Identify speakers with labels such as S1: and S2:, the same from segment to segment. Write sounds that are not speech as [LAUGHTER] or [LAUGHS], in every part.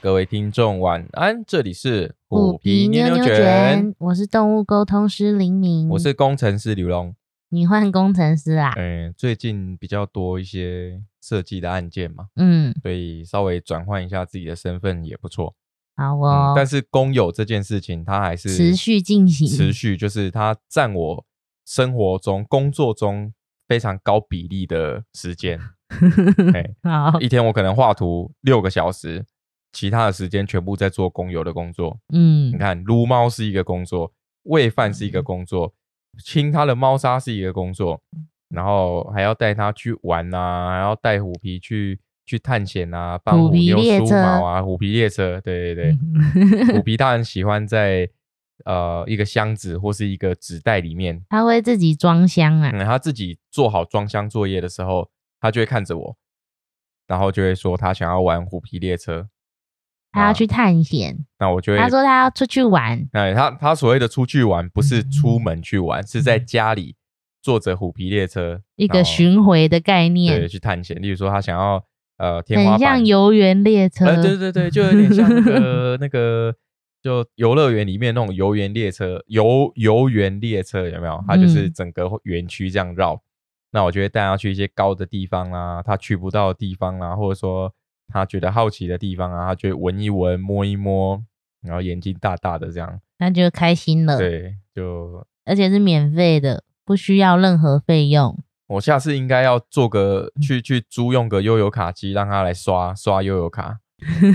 S1: 各位听众晚安，这里是
S2: 虎皮妞妞卷，，我是动物沟通师林明，
S1: 我是工程师刘龙。
S2: 你换工程师啊啦，
S1: 嗯、最近比较多一些设计的案件嘛，
S2: 嗯，
S1: 所以稍微转换一下自己的身份也不错。
S2: 好
S1: 嗯
S2: 哦，，
S1: 但是公有这件事情，它还是
S2: 持续进行
S1: 持续就是它占我生活中、工作中非常高比例的时
S2: [LAUGHS]
S1: 间。哎
S2: 好，
S1: 一天我可能画图六个小时，其他的时间全部在做公有的工作。
S2: 嗯
S1: 你，看，撸猫是一个工作，喂饭是一个工作，清它的猫砂是一个工作，
S2: 嗯
S1: 然后还要带它去玩啊，还要带虎皮去去探险啊，帮
S2: 虎
S1: 虎
S2: 皮
S1: 妞
S2: 列
S1: 梳
S2: 车嗯
S1: 毛啊，虎皮列车，对对对，虎皮大人喜欢在呃一个箱子或是一个纸袋里面，
S2: 他会自己装箱啊，
S1: 嗯，他自己做好装箱作业的时候，他就会看着我，然后就会说他想要玩虎皮列车，
S2: 他
S1: 啊
S2: 要去探险，
S1: 那我就会
S2: 他说他要出去玩，
S1: 哎，他他所谓的出去玩，不是
S2: 嗯
S1: 出门去玩，是在家里坐着虎皮列车
S2: 一个
S1: 然后
S2: 巡回的
S1: 哦
S2: 概
S1: 对
S2: 念，
S1: 去探险。例如说，他想要呃天花
S2: 很
S1: 板
S2: 像，游园列车，
S1: 呃，对对对，就有点像
S2: [LAUGHS]
S1: 那个那个就游乐园里面那种游园列车，游游园列车有没有？它就是
S2: 嗯
S1: 整个园区这样绕。那我就会带他去一些高的地方啦、他去不到的地方啦、或者说他觉得好奇的地方啊，他就会闻一闻、摸一摸，然后眼睛大大的这样。
S2: 那就开心了，
S1: 对，就
S2: 而且是免费的，不需要任何费用，
S1: 我下次应该要做个
S2: 嗯
S1: 去去租用个悠游卡机，让他来刷刷悠游
S2: [LAUGHS]
S1: 卡，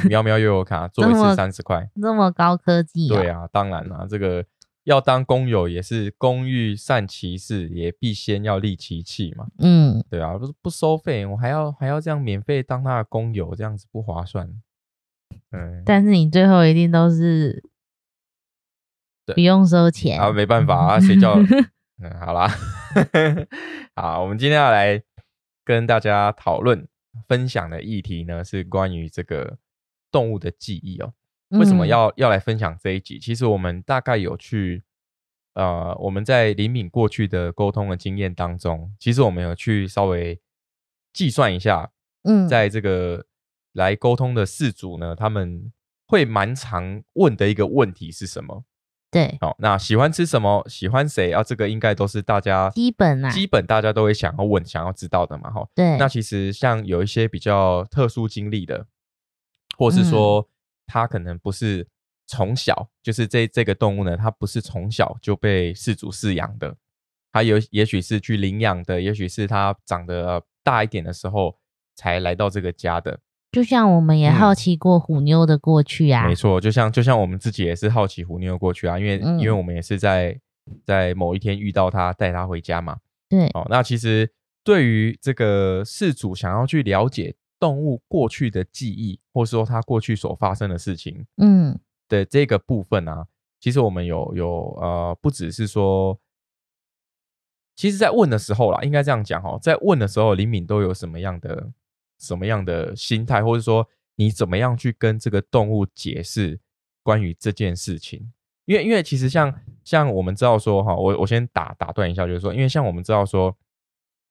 S1: 喵喵悠游卡，做一
S2: 这
S1: 次
S2: 么
S1: 三十块。
S2: 这么高科技，
S1: 对
S2: 啊，
S1: 啊，当然啦、这个要当工友也是工欲善其事，也必先要利其器嘛。
S2: 嗯，
S1: 对啊，不是不收费，我还要还要这样免费当他的工友，这样子不划算。嗯，
S2: 但是你最后一定都是
S1: 对
S2: 不用收钱
S1: 啊，没办法啊，谁
S2: [LAUGHS]
S1: 叫？嗯，好啦， [LAUGHS] 好，我们今天要来跟大家讨论分享的议题呢，是关于这个动物的记忆哦。为什么
S2: 嗯
S1: 要、要来分享这一集？其实我们大概有去，呃，我们在林敏过去的沟通的经验当中，其实我们有去稍微计算一下，
S2: 嗯
S1: 在这个来沟通的事主呢，他们会蛮常问的一个问题是什么？
S2: 对
S1: 好、那喜欢吃什么，喜欢谁啊？这个应该都是大家
S2: 基本啊
S1: 基本大家都会想要问、想要知道的嘛，哈。
S2: 对
S1: 那其实像有一些比较特殊经历的，或是
S2: 嗯
S1: 说他可能不是从小，就是这这个动物呢，它不是从小就被饲主饲养的，它有也许是去领养的，也许是它长得呃大一点的时候才来到这个家的。
S2: 就像我们也
S1: 嗯
S2: 好奇过虎妞的过去啊
S1: 没，错，就像就像我们自己也是好奇虎妞过去啊，因为、因为
S2: 嗯
S1: 我们也是在在某一天遇到他，带他回家嘛。
S2: 对，
S1: 哦，那其实对于这个事主想要去了解动物过去的记忆，或是说它过去所发生的事情
S2: 嗯
S1: 的这个部分啊，其实我们有有呃，不只是说，其实在问的时候啦，应该这样讲哦，在问的时候，林敏都有什么样的什么样的心态，或者说你怎么样去跟这个动物解释关于这件事情？因为因为其实像像我们知道说哈，我我先打打断一下，就是说，因为像我们知道说，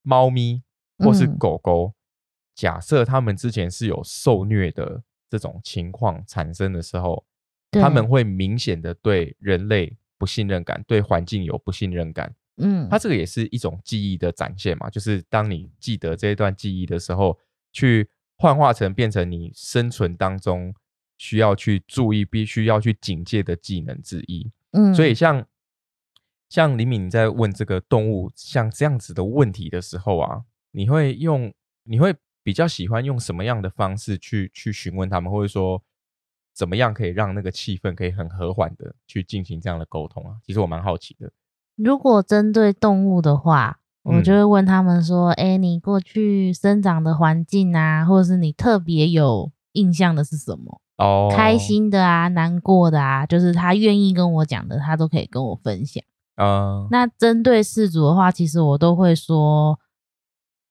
S1: 猫咪或是
S2: 嗯
S1: 狗狗，假设它们之前是有受虐的这种情况产生的时候，
S2: 对
S1: 他们会明显的对人类不信任感，对环境有不信任感。
S2: 嗯，
S1: 它这个也是一种记忆的展现嘛，就是当你记得这一段记忆的时候，去幻化成变成你生存当中需要去注意、必须要去警戒的技能之一。
S2: 嗯
S1: 所以像像李敏在问这个动物像这样子的问题的时候啊，你会用你会比较喜欢用什么样的方式去去询问他们，或者说怎么样可以让那个气氛可以很和缓的去进行这样的沟通啊？其实我蛮好奇的，
S2: 如果针对动物的话，我
S1: 嗯
S2: 就会问他们说：“哎、你过去生长的环境啊，或者是你特别有印象的是什么？
S1: 哦，
S2: 开，心的啊，难过的啊，就是他愿意跟我讲的，他都可以跟我分享。
S1: 嗯、
S2: 那针对事主的话，其实我都会说，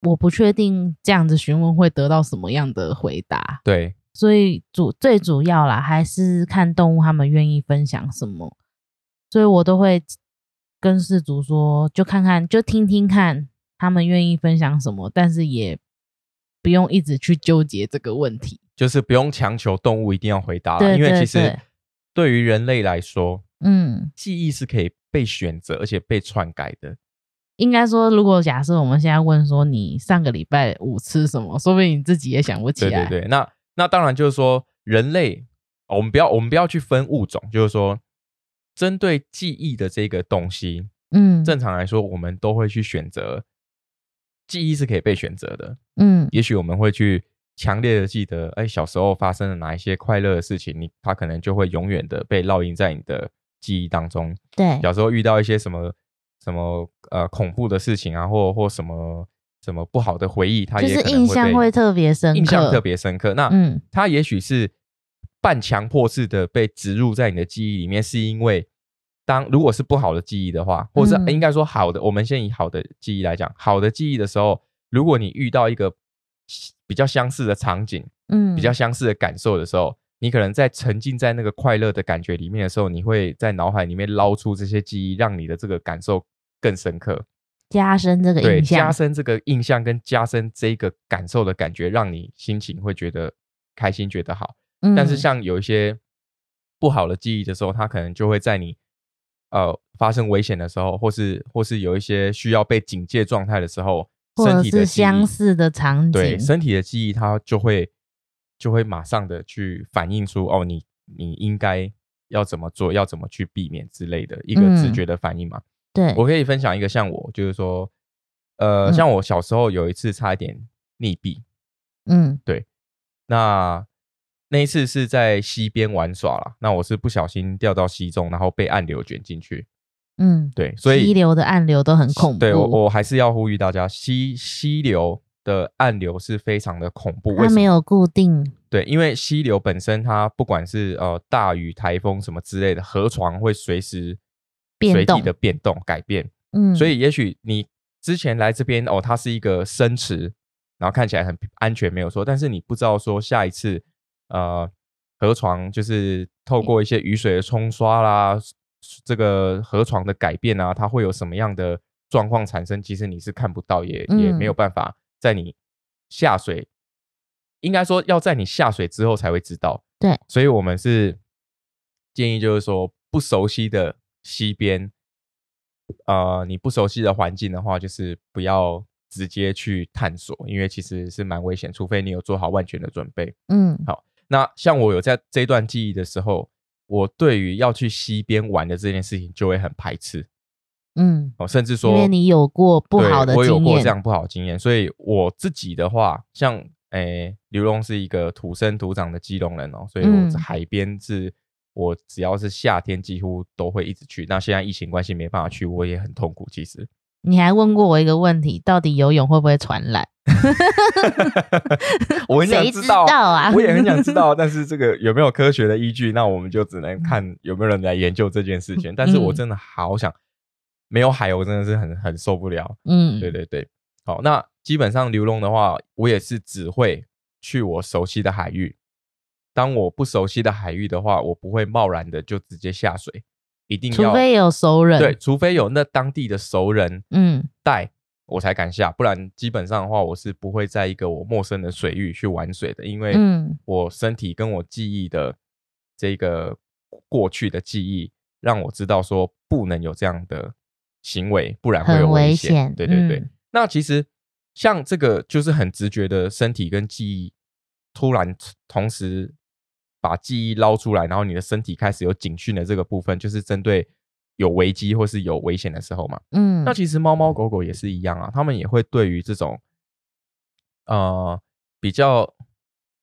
S2: 我不确定这样子询问会得到什么样的回答，
S1: 对，
S2: 所以主最主要啦，还是看动物他们愿意分享什么，所以我都会跟事主说，就看看，就听听看他们愿意分享什么，但是也不不用一直去纠结这个问题。
S1: 就是不用强求动物一定要回答啦
S2: 对
S1: 因为
S2: 对
S1: 其实
S2: 对
S1: 对于人类来说，
S2: 嗯，
S1: 记忆是可以被选择而且被篡改的。
S2: 应该说，如果假设我们现在问说你上个礼拜五吃什么，说不定你自己也想不起
S1: 对
S2: 来。
S1: 对对，那那当然就是说，人类哦我们不要我们不要去分物种，就是说，针对记忆的这个东西，
S2: 嗯，
S1: 正常来说，我们都会去选择记忆是可以被选择的。
S2: 嗯
S1: 也许我们会去强烈的记得，哎，小时候发生了哪一些快乐的事情，你它可能就会永远的被烙印在你的记忆当中。
S2: 对，
S1: 小时候遇到一些什么什么呃恐怖的事情啊，或或什么什么不好的回忆，它
S2: 就
S1: 也
S2: 是
S1: 可能
S2: 印象
S1: 被
S2: 会特别深刻，
S1: 印象特别深刻。那
S2: 嗯
S1: 它也许是半强迫式的被植入在你的记忆里面，是因为当如果是不好的记忆的话，或是
S2: 嗯
S1: 应该说好的，我们先以好的记忆来讲，好的记忆的时候，如果你遇到一个比较相似的场景、
S2: 嗯
S1: 比较相似的感受的时候，你可能在沉浸在那个快乐的感觉里面的时候，你会在脑海里面捞出这些记忆，让你的这个感受更深刻。
S2: 加深这个
S1: 对，
S2: 印
S1: 加
S2: 象。
S1: 深这个印象跟加深这个感受的感觉，让你心情会觉得开心，觉得好。
S2: 嗯
S1: 但是像有一些不好的记忆的时候，它可能就会在你呃发生危险的时候，或是或是有一些需要被警戒状态的时候，
S2: 或
S1: 身
S2: 者
S1: 体的
S2: 是
S1: 记忆
S2: 相似的场景，
S1: 对身体的记忆，它就会就会马上的去反映出哦，你你应该要怎么做，要怎么去避免之类的一个直
S2: 嗯
S1: 觉的反应嘛。
S2: 对
S1: 我可以分享一个，像我就是说，呃，
S2: 嗯
S1: 像我小时候有一次差一点溺毙，
S2: 嗯
S1: 那那一次是在溪边玩耍啦，那我是不小心掉到溪中，然后被暗流卷进去，
S2: 嗯，
S1: 对，所
S2: 溪
S1: 以
S2: 流的暗流都很恐怖，
S1: 对我我还是要呼吁大家，溪溪流的暗流是非常的恐怖，为
S2: 它
S1: 什
S2: 没
S1: 么？
S2: 有固定，
S1: 对，因为溪流本身它不管是呃大雨、台风什么之类的，河床会随时
S2: 变
S1: 随地
S2: 动
S1: 的变动改变，
S2: 嗯，
S1: 所以也许你之前来这边哦，它是一个深池，然后看起来很安全没有错，但是你不知道说下一次呃河床就是
S2: 嗯
S1: 透过一些雨水的冲刷啦，这个河床的改变啊，它会有什么样的状况产生，其实你是看不到，也也没有
S2: 嗯
S1: 办法在你下水，应该说要在你下水之后才会知道。
S2: 对，
S1: 所以我们是建议就是说不熟悉的溪边。呃，你不熟悉的环境的话，就是不要直接去探索，因为其实是蛮危险，除非你有做好万全的准备。
S2: 嗯
S1: 那像我有在这一段记忆的时候，我对于要去溪边玩的这件事情就会很排斥
S2: 嗯，
S1: 哦，甚至
S2: 因
S1: 说
S2: 为你有过不
S1: 对
S2: 好的
S1: 我有
S2: 经
S1: 过这
S2: 验，
S1: 样不好的经验，所以我自己的话，像诶，刘龙是一个土生土长的基隆人哦，所以我
S2: 嗯
S1: 在海边是。我只要是夏天，几乎都会一直去。那现在疫情关系没办法去，我也很痛苦。其实， [LAUGHS]
S2: 你还问过我一个问题，到底游泳会不会传染？
S1: 我很想
S2: 谁
S1: 知道，
S2: 啊？
S1: 我也很想知道，但是这个有没有科学的依据？那我们就只能看有没有人来研究这件事
S2: 嗯
S1: 情。但是我真的好想，没有海，我真的是很很受不了。
S2: [LAUGHS] 嗯，
S1: 对对对，好，那基本上流浪的话，我也是只会去我熟悉的海域。当我不熟悉的海域的话，我不会贸然的就直接下水，一定
S2: 除
S1: 要
S2: 非有熟人，
S1: 对，，除非有那当地的熟人
S2: 嗯
S1: 带，我才敢下，不然基本上的话，我是不会在一个我陌生的水域去玩水的，因为
S2: 嗯
S1: 我身体跟我记忆的这个过去的记忆，让我知道说不能有这样的行为，不然会有
S2: 很危
S1: 险。
S2: 险
S1: 对对对。
S2: 嗯
S1: 那其实像这个就是很直觉的身体跟记忆突然同时把记忆捞出来，然后你的身体开始有警讯的这个部分，就是针对有危机或是有危险的时候嘛。
S2: 嗯
S1: 那，其实猫猫狗狗也是一样啊，它们也会对于这种呃比较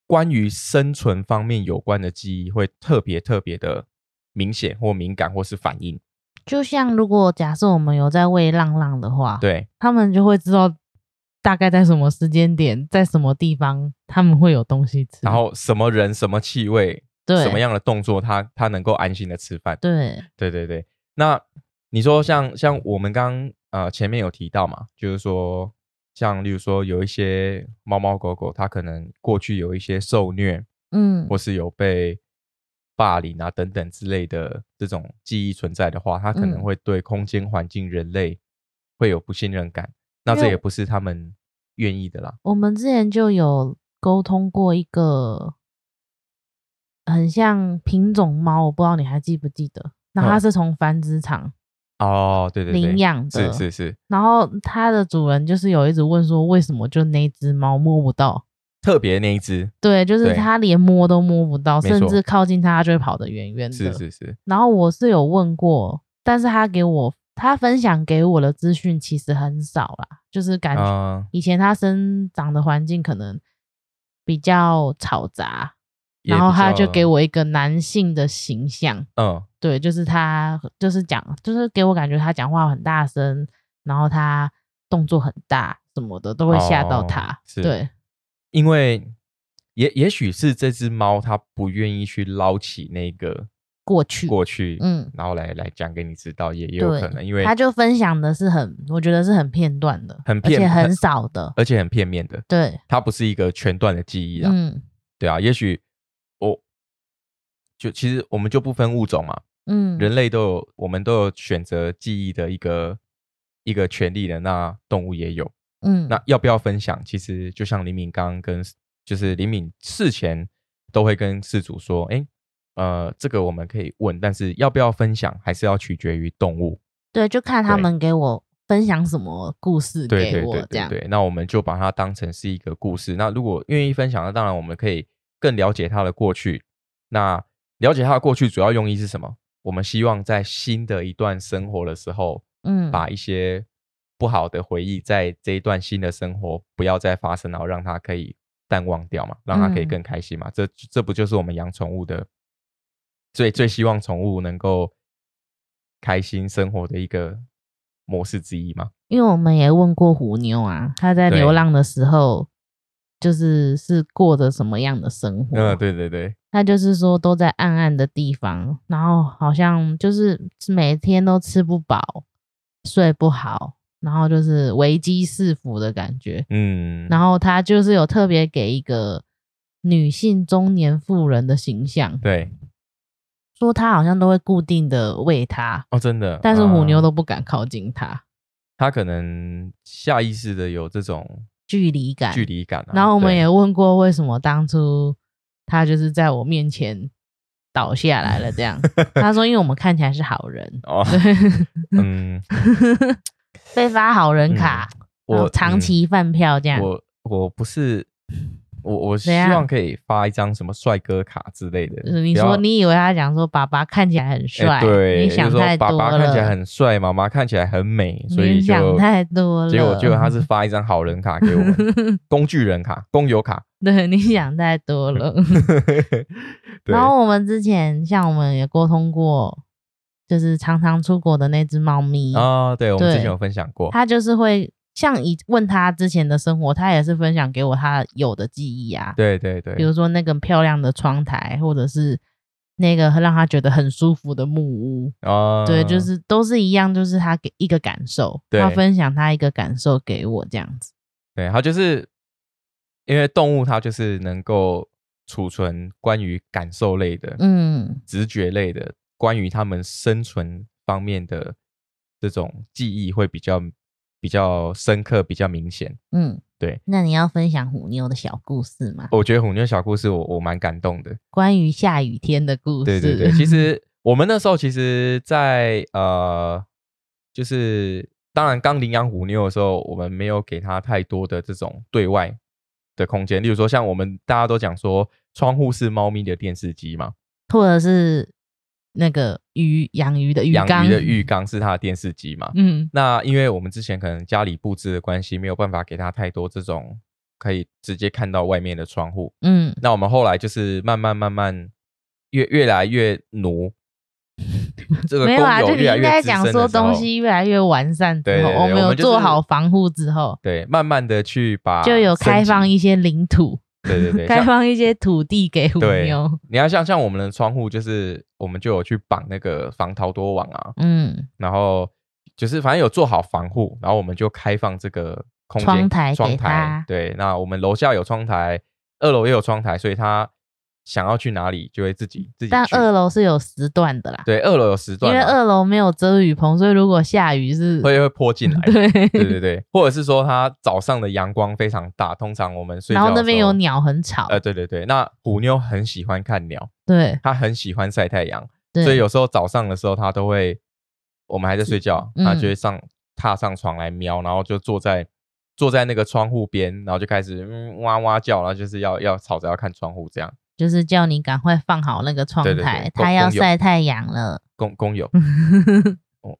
S1: 关于生存方面有关的记忆，会特别特别的明显或敏感或是反应。
S2: 就像如果假设我们有在喂浪浪的话，
S1: 对
S2: 他们就会知道大概在什么时间点，在什么地方他们会有东西吃，
S1: 然后什么人、什么气味、
S2: 对
S1: 什么样的动作它，它能够安心的吃饭。
S2: 对，
S1: 对对对，那你说像像我们刚呃前面有提到嘛，就是说像例如说有一些猫猫狗狗，它可能过去有一些受虐，
S2: 嗯
S1: 或是有被霸凌啊等等之类的这种记忆存在的话，它可能
S2: 嗯
S1: 会对空间、环境、人类会有不信任感。那
S2: 因为
S1: 这
S2: 我
S1: 也不是他们愿意的啦。
S2: 我们之前就有沟通过一个很像品种猫，我不知道你还记不记得？那它
S1: 嗯
S2: 是从繁殖场
S1: 哦，对对对，
S2: 领养的，
S1: 是是是，
S2: 然后它的主人就是有一直问说，为什么就那只猫摸不到？
S1: 特别那一只，
S2: 对，就是
S1: 对
S2: 它连摸都摸不到，
S1: 没错
S2: 甚至靠近它它就会跑得远远的。
S1: 是是是，
S2: 然后我是有问过，但是他给我他分享给我的资讯其实很少啦，就是感觉
S1: 嗯，
S2: 以前他生长的环境可能比较嘈杂，
S1: 也
S2: 然后
S1: 比
S2: 他就
S1: 较
S2: 给，我一个男性的形象，
S1: 嗯，
S2: 对，就是他就是讲就是给我感觉他讲话很大声，然后他动作很大什么的都会吓到
S1: 哦
S2: 他，
S1: 是
S2: 对，
S1: 因为也也许是这只猫它不愿意去捞起那个
S2: 过去
S1: 过去，
S2: 嗯
S1: 然后来来讲给你知道，也也有
S2: 对
S1: 可能，因为
S2: 他就分享的是很我觉得是很片段的，
S1: 很
S2: 而且
S1: 片
S2: 很
S1: 很
S2: 少的，
S1: 而且很片面的，
S2: 对，
S1: 它不是一个全段的记忆啊，
S2: 嗯
S1: 对啊，也许我就其实我们就不分物种嘛，
S2: 嗯，
S1: 人类都有我们都有选择记忆的一个一个权利的，那动物也有。
S2: 嗯，
S1: 那要不要分享？其实就像李敏刚刚跟就是李敏事前都会跟事主说，哎、呃，这个我们可以问，但是要不要分享，还是要取决于动物。
S2: 对，就看他
S1: 对
S2: 们给我分享什么故事
S1: 对
S2: 给
S1: 对
S2: 我
S1: 对
S2: 这
S1: 对
S2: 样。
S1: 对，那我们就把它当成是一个故事。那如果愿意分享，那当然我们可以更了解它的过去。那了解它的过去主要用意是什么？我们希望在新的一段生活的时候，
S2: 嗯，
S1: 把一些不好的回忆在这一段新的生活不要再发生，然后让它可以淡忘掉嘛，让它可以
S2: 嗯
S1: 更开心嘛。这这不就是我们养宠物的最最希望宠物能够开心生活的一个模式之一嘛？
S2: 因为我们也问过虎妞啊，她在
S1: 对
S2: 流浪的时候，就是是过着什么样的生活？
S1: 嗯，，对对对，
S2: 她就是说都在暗暗的地方，然后好像就是每天都吃不饱，睡不好，然后就是危机四伏的感觉。
S1: 嗯，
S2: 然后她就是有特别给一个女性中年妇人的形象，
S1: 对
S2: 说她好像都会固定的喂它，
S1: 哦，真的。
S2: 但是虎
S1: 嗯
S2: 妞都不敢靠近它，
S1: 它可能下意识的有这种
S2: 距离感。
S1: 距。离感啊。
S2: 然后我们
S1: 对
S2: 也问过，为什么当初他就是在我面前倒下来了？
S1: [LAUGHS]
S2: 这样，他说因为我们看起来是好人， [LAUGHS]
S1: 哦，嗯，
S2: 被发好人卡，然后
S1: 我
S2: 长
S1: 嗯
S2: 期饭票这样。
S1: 我我不是我我希
S2: 怎样
S1: 望可以发一张什么帅哥卡之类的。
S2: 呃你
S1: 不要
S2: 说你以为他讲说爸爸看起来很
S1: 哎
S2: 帅，
S1: 对，
S2: 你
S1: 就
S2: 想
S1: 说
S2: 太多
S1: 爸
S2: 了，
S1: 爸看起来很帅，妈妈看起来很美，所以
S2: 你
S1: 就
S2: 想太多了。
S1: 结果结果他是发一张好人卡给我
S2: [LAUGHS]
S1: 们，工具人卡、工友卡。
S2: 对你想太多了。
S1: [LAUGHS] 对
S2: 然后我们之前像我们也沟通过，就是常常出国的那只猫咪
S1: 啊，对我们之前
S2: 对
S1: 有分享过，
S2: 他就是会像以问他之前的生活，他也是分享给我他有的记忆啊，
S1: 对对对
S2: 比，如说那个漂亮的窗台，或者是那个让他觉得很舒服的木屋，
S1: 啊，
S2: 对，就是都是一样，就是他给一个感受，
S1: 对
S2: 他分享他一个感受给我这样子，
S1: 对，它就是因为动物它就是能够储存关于感受类的，
S2: 嗯
S1: 直觉类的，关于他们生存方面的这种记忆会比较比较深刻，比较明显。
S2: 嗯，
S1: 对。哦
S2: 那你要分享虎妞的小故事吗？
S1: 我觉得虎妞小故事我，我蛮感动的。
S2: 关于下雨天的故
S1: 对
S2: 事，
S1: 对
S2: [LAUGHS]
S1: 对，其实我们那时候其实在，呃，就是当然刚领养虎妞的时候，我们没有给它太多的这种对外的空间，例如说像我们大家都讲说，窗户是猫咪的电视机嘛，
S2: 或者是那个鱼养鱼的鱼
S1: 养
S2: 缸
S1: 鱼的浴缸是它的电视机嘛，
S2: 嗯
S1: 那因为我们之前可能家里布置的关系，没有办法给他太多这种可以直接看到外面的窗户。
S2: 嗯
S1: 那我们后来就是慢慢慢慢越越来越
S2: [LAUGHS]
S1: 奴，这个
S2: 没
S1: 工
S2: 有啊，就
S1: 友
S2: 你
S1: 越来
S2: 应该
S1: 越资深
S2: 讲
S1: 的时
S2: 说
S1: 候，
S2: 东西越来越完善之
S1: 对
S2: 后，哦
S1: 对对
S2: 们
S1: 我
S2: 有
S1: 们就是啊
S2: 做好防护之后，
S1: 对，慢慢的去把
S2: 就有开放
S1: 升级，
S2: 一些领土，
S1: 对
S2: [LAUGHS]
S1: 对对，
S2: 开
S1: 像
S2: 放一些土地给虎
S1: 对
S2: 妞。
S1: 你要像像我们的窗户，就是我们就有去绑那个防逃多网啊，
S2: 嗯，
S1: 然后就是反正有做好防护，然后我们就开放这个空间
S2: 窗台给
S1: 窗台
S2: 他
S1: 对，那我们楼下有窗台，二楼也有窗台，所以它想要去哪里，就会自己自己
S2: 但
S1: 去。
S2: 二楼是有时段的啦，
S1: 对二楼有时
S2: 因
S1: 段
S2: 为
S1: 嘛，
S2: 二楼没有遮雨棚，所以如果下雨是，
S1: 会会泼
S2: [LAUGHS]
S1: 进来。
S2: 对，
S1: 对对对，或者是说它早上的阳光非常大，通常我们睡觉
S2: 然后那
S1: 的
S2: 边
S1: 时候
S2: 有，鸟很吵，
S1: 呃，对对对，那虎妞很喜欢看鸟，
S2: 对
S1: 她很喜欢晒太阳，
S2: 对，
S1: 所以有时候早上的时候她都会，我们还在睡觉，
S2: 嗯
S1: 她就会上踏上床来瞄，然后就坐在坐在那个窗户边，然后就开始嗯哇哇叫，然后就是要要吵着要看窗户这样。
S2: 就是叫你赶快放好那个窗
S1: 对对对
S2: 台，
S1: 公
S2: 它要
S1: 公有
S2: 晒太阳了，
S1: 公公友
S2: 嗯
S1: 哦，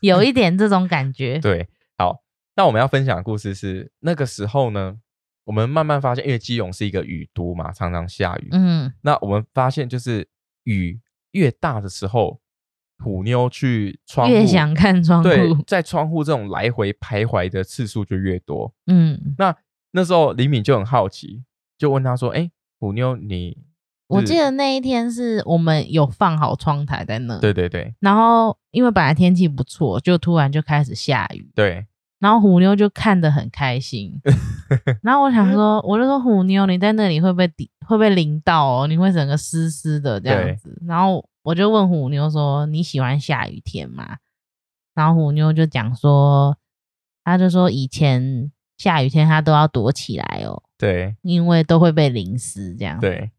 S2: 有一点这种感觉，
S1: 对，好，那我们要分享的故事是那个时候呢，我们慢慢发现，因为基隆是一个雨都嘛，常常下雨，
S2: 嗯，
S1: 那我们发现就是雨越大的时候，虎妞去窗户
S2: 越想看窗
S1: 对
S2: 户，，
S1: 在窗户这种来回徘徊的次数就越多。
S2: 嗯，
S1: 那那时候李敏就很好奇，就问他说：“哎、虎妞你是？”
S2: 我记得那一天是我们有放好窗台在那，
S1: 对对对
S2: 然后因为本来天气不错，就突然就开始下雨，
S1: 对，
S2: 然后虎妞就看得很
S1: [LAUGHS]
S2: 开心，然后我想说，我就说虎妞，你在那里会不会滴会不会淋到哦？你会整个湿湿的这样
S1: 对
S2: 子。然后我就问虎妞说，你喜欢下雨天吗？然后虎妞就讲说，她就说以前下雨天她都要躲起来哦，
S1: 对
S2: 因为都会被淋湿这样。
S1: 对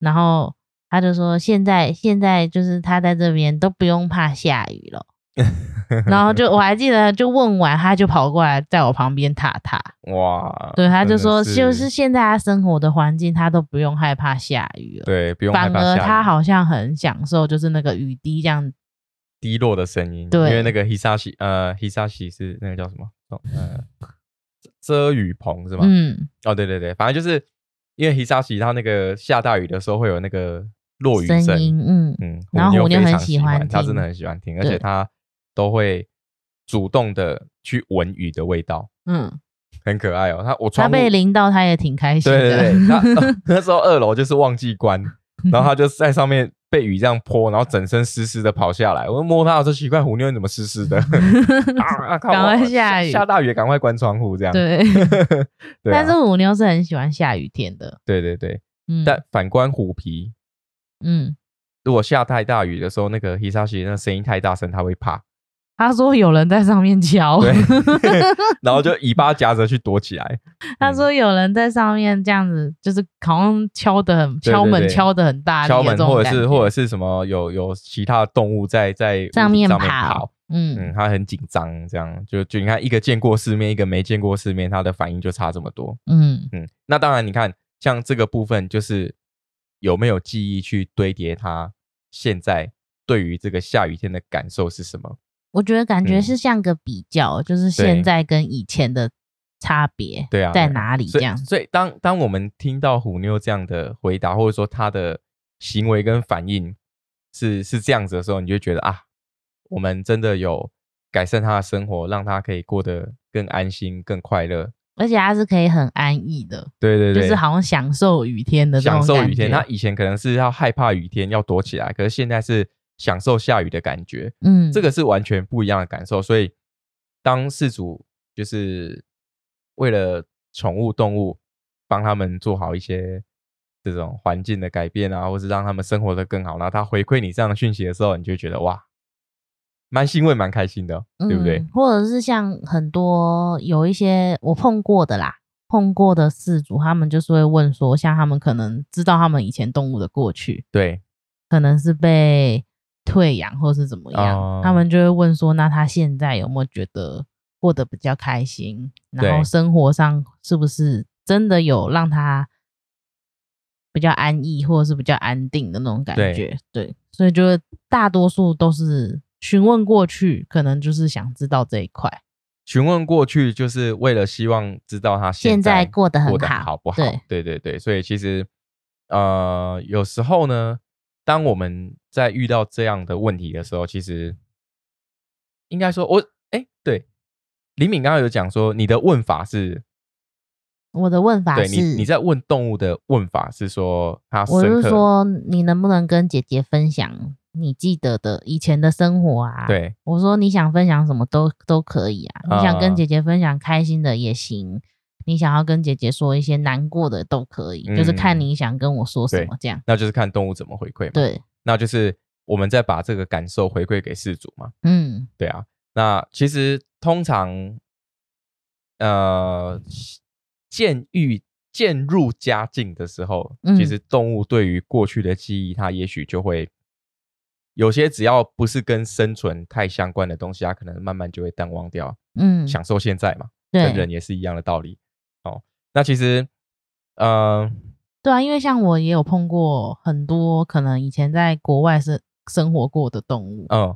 S2: 然后他就说现在现在就是他在这边都不用怕下雨
S1: [LAUGHS]
S2: 了。然后就我还记得，就问完他就跑过来在我旁边踏踏，
S1: 哇，
S2: 对，他
S1: 真
S2: 就
S1: 的
S2: 说就是现在他生活的环境他都不用害怕下雨了，
S1: 对，不用害
S2: 反
S1: 怕
S2: 而
S1: 下
S2: 他
S1: 雨
S2: 好像很享受就是那个雨滴这样，
S1: 低落的声音，
S2: 对
S1: 因为那个 hisashi 呃 hisashi 是那个叫什么？哦
S2: [LAUGHS]
S1: 呃，遮雨棚是吗？
S2: 嗯，
S1: 哦，对对对，反正就是因为 hisashi 它那个下大雨的时候会有那个落雨
S2: 声音，嗯，
S1: 嗯，
S2: 然后
S1: 妞
S2: 虎妞
S1: 非
S2: 很
S1: 常
S2: 喜
S1: 喜
S2: 欢
S1: 他真的
S2: 听
S1: 很喜欢听，而且
S2: 对
S1: 他都会主动的去闻雨的味道，
S2: 嗯，
S1: 很可爱哦。他我
S2: 他
S1: 窗户
S2: 被淋到他也挺开心
S1: 对
S2: 的，
S1: 对对，他、 [LAUGHS] 那时候二楼就是忘记关，然
S2: [LAUGHS]
S1: 后他就在上面被雨这样泼，然后整身湿湿的跑下来。我摸他，我说奇怪，虎妞你怎么湿湿的？ [LAUGHS] 啊啊！靠
S2: 赶
S1: 我
S2: 快下雨
S1: 下大雨，赶快关窗户这样。
S2: 对
S1: [LAUGHS]
S2: [LAUGHS]
S1: 对啊
S2: 但是虎妞是很喜欢下雨天的，
S1: 对对对，
S2: 嗯，
S1: 但反观虎皮，
S2: 嗯，
S1: 如果下太大雨的时候，那个 hisashi 那声音太大声，他会怕，
S2: 他说有人在上面敲，
S1: 对，
S2: [LAUGHS]
S1: 然后就尾巴夹着去躲起来。
S2: 他说有人在上面这样子，就是好像敲的很
S1: 对
S2: 敲门
S1: 对
S2: 敲的很大力的
S1: 敲门
S2: 啊这种
S1: 或者
S2: 感
S1: 是
S2: 觉
S1: 或者是什么有有其他的动物在在屋
S2: 上
S1: 顶
S2: 面
S1: 上面
S2: 爬
S1: 跑，
S2: 嗯
S1: 嗯，他很紧张，这样就就你看一个见过世面，一个没见过世面，他的反应就差这么多。
S2: 嗯
S1: 嗯，那当然你看像这个部分就是有没有记忆去堆叠他现在对于这个下雨天的感受是什么？
S2: 我觉得感觉
S1: 嗯
S2: 是像个比较，就是现在跟以前的差别，
S1: 对啊，对
S2: 在
S1: 啊
S2: 哪里
S1: 所以
S2: 这样，
S1: 所以当当我们听到虎妞这样的回答，或者说他的行为跟反应是是这样子的时候，你就觉得啊，我们真的有改善他的生活，让他可以过得更安心、更快乐。
S2: 而且它是可以很安逸的，
S1: 对对
S2: 就
S1: 对，
S2: 是好像享受雨天的这种
S1: 享
S2: 感觉
S1: 受雨天。他以前可能是要害怕雨天，要躲起来，可是现在是享受下雨的感觉，
S2: 嗯，
S1: 这个是完全不一样的感受。所以当事主就是为了宠物动物，帮他们做好一些这种环境的改变啊，或是让他们生活的更好，然后他回馈你这样的讯息的时候，你就觉得哇，蛮欣慰，蛮开心的哦，对不对
S2: 嗯？？或者是像很多有一些我碰过的啦，碰过的事主，他们就是会问说，像他们可能知道他们以前动物的过去，
S1: 对
S2: 可能是被退养或是怎么样，
S1: 哦
S2: 他们就会问说，那他现在有没有觉得过得比较开心？然后
S1: 对
S2: 生活上是不是真的有让他比较安逸或者是比较安定的那种感
S1: 对
S2: 觉？对，所以就是大多数都是询问过去，可能就是想知道这一块，
S1: 询问过去，就是为了希望知道他
S2: 现在
S1: 在
S2: 过得很
S1: 过得
S2: 好
S1: 好不好？
S2: 对
S1: 对对对所以其实呃，有时候呢，当我们在遇到这样的问题的时候，其实应该说我，哎，对，李敏刚刚有讲说，你的问法是，
S2: 我的问法
S1: 对你
S2: 是，
S1: 你在问动物的问法是说它
S2: 我
S1: 深
S2: 是
S1: 刻，
S2: 说，你能不能跟姐姐分享你记得的以前的生活啊？。
S1: 对
S2: 我说你想分享什么都都可以啊，
S1: 啊
S2: 你想跟姐姐分享开心的也行，你想要跟姐姐说一些难过的都可以，就是看
S1: 嗯
S2: 你想跟我说什
S1: 对
S2: 么这样。
S1: 那就是看动物怎么回馈嘛。，
S2: 对，
S1: 那就是我们再把这个感受回馈给事主嘛。
S2: 嗯，
S1: 对啊，那其实通常，呃，渐遇渐入佳境的时候，
S2: 嗯
S1: 其实动物对于过去的记忆，它也许就会有些只要不是跟生存太相关的东西，它可能慢慢就会淡忘掉，
S2: 嗯，
S1: 享受现在嘛。跟
S2: 对
S1: 人也是一样的道理。哦，那其实，呃，
S2: 对啊，因为像我也有碰过很多可能以前在国外生生活过的动物，
S1: 嗯，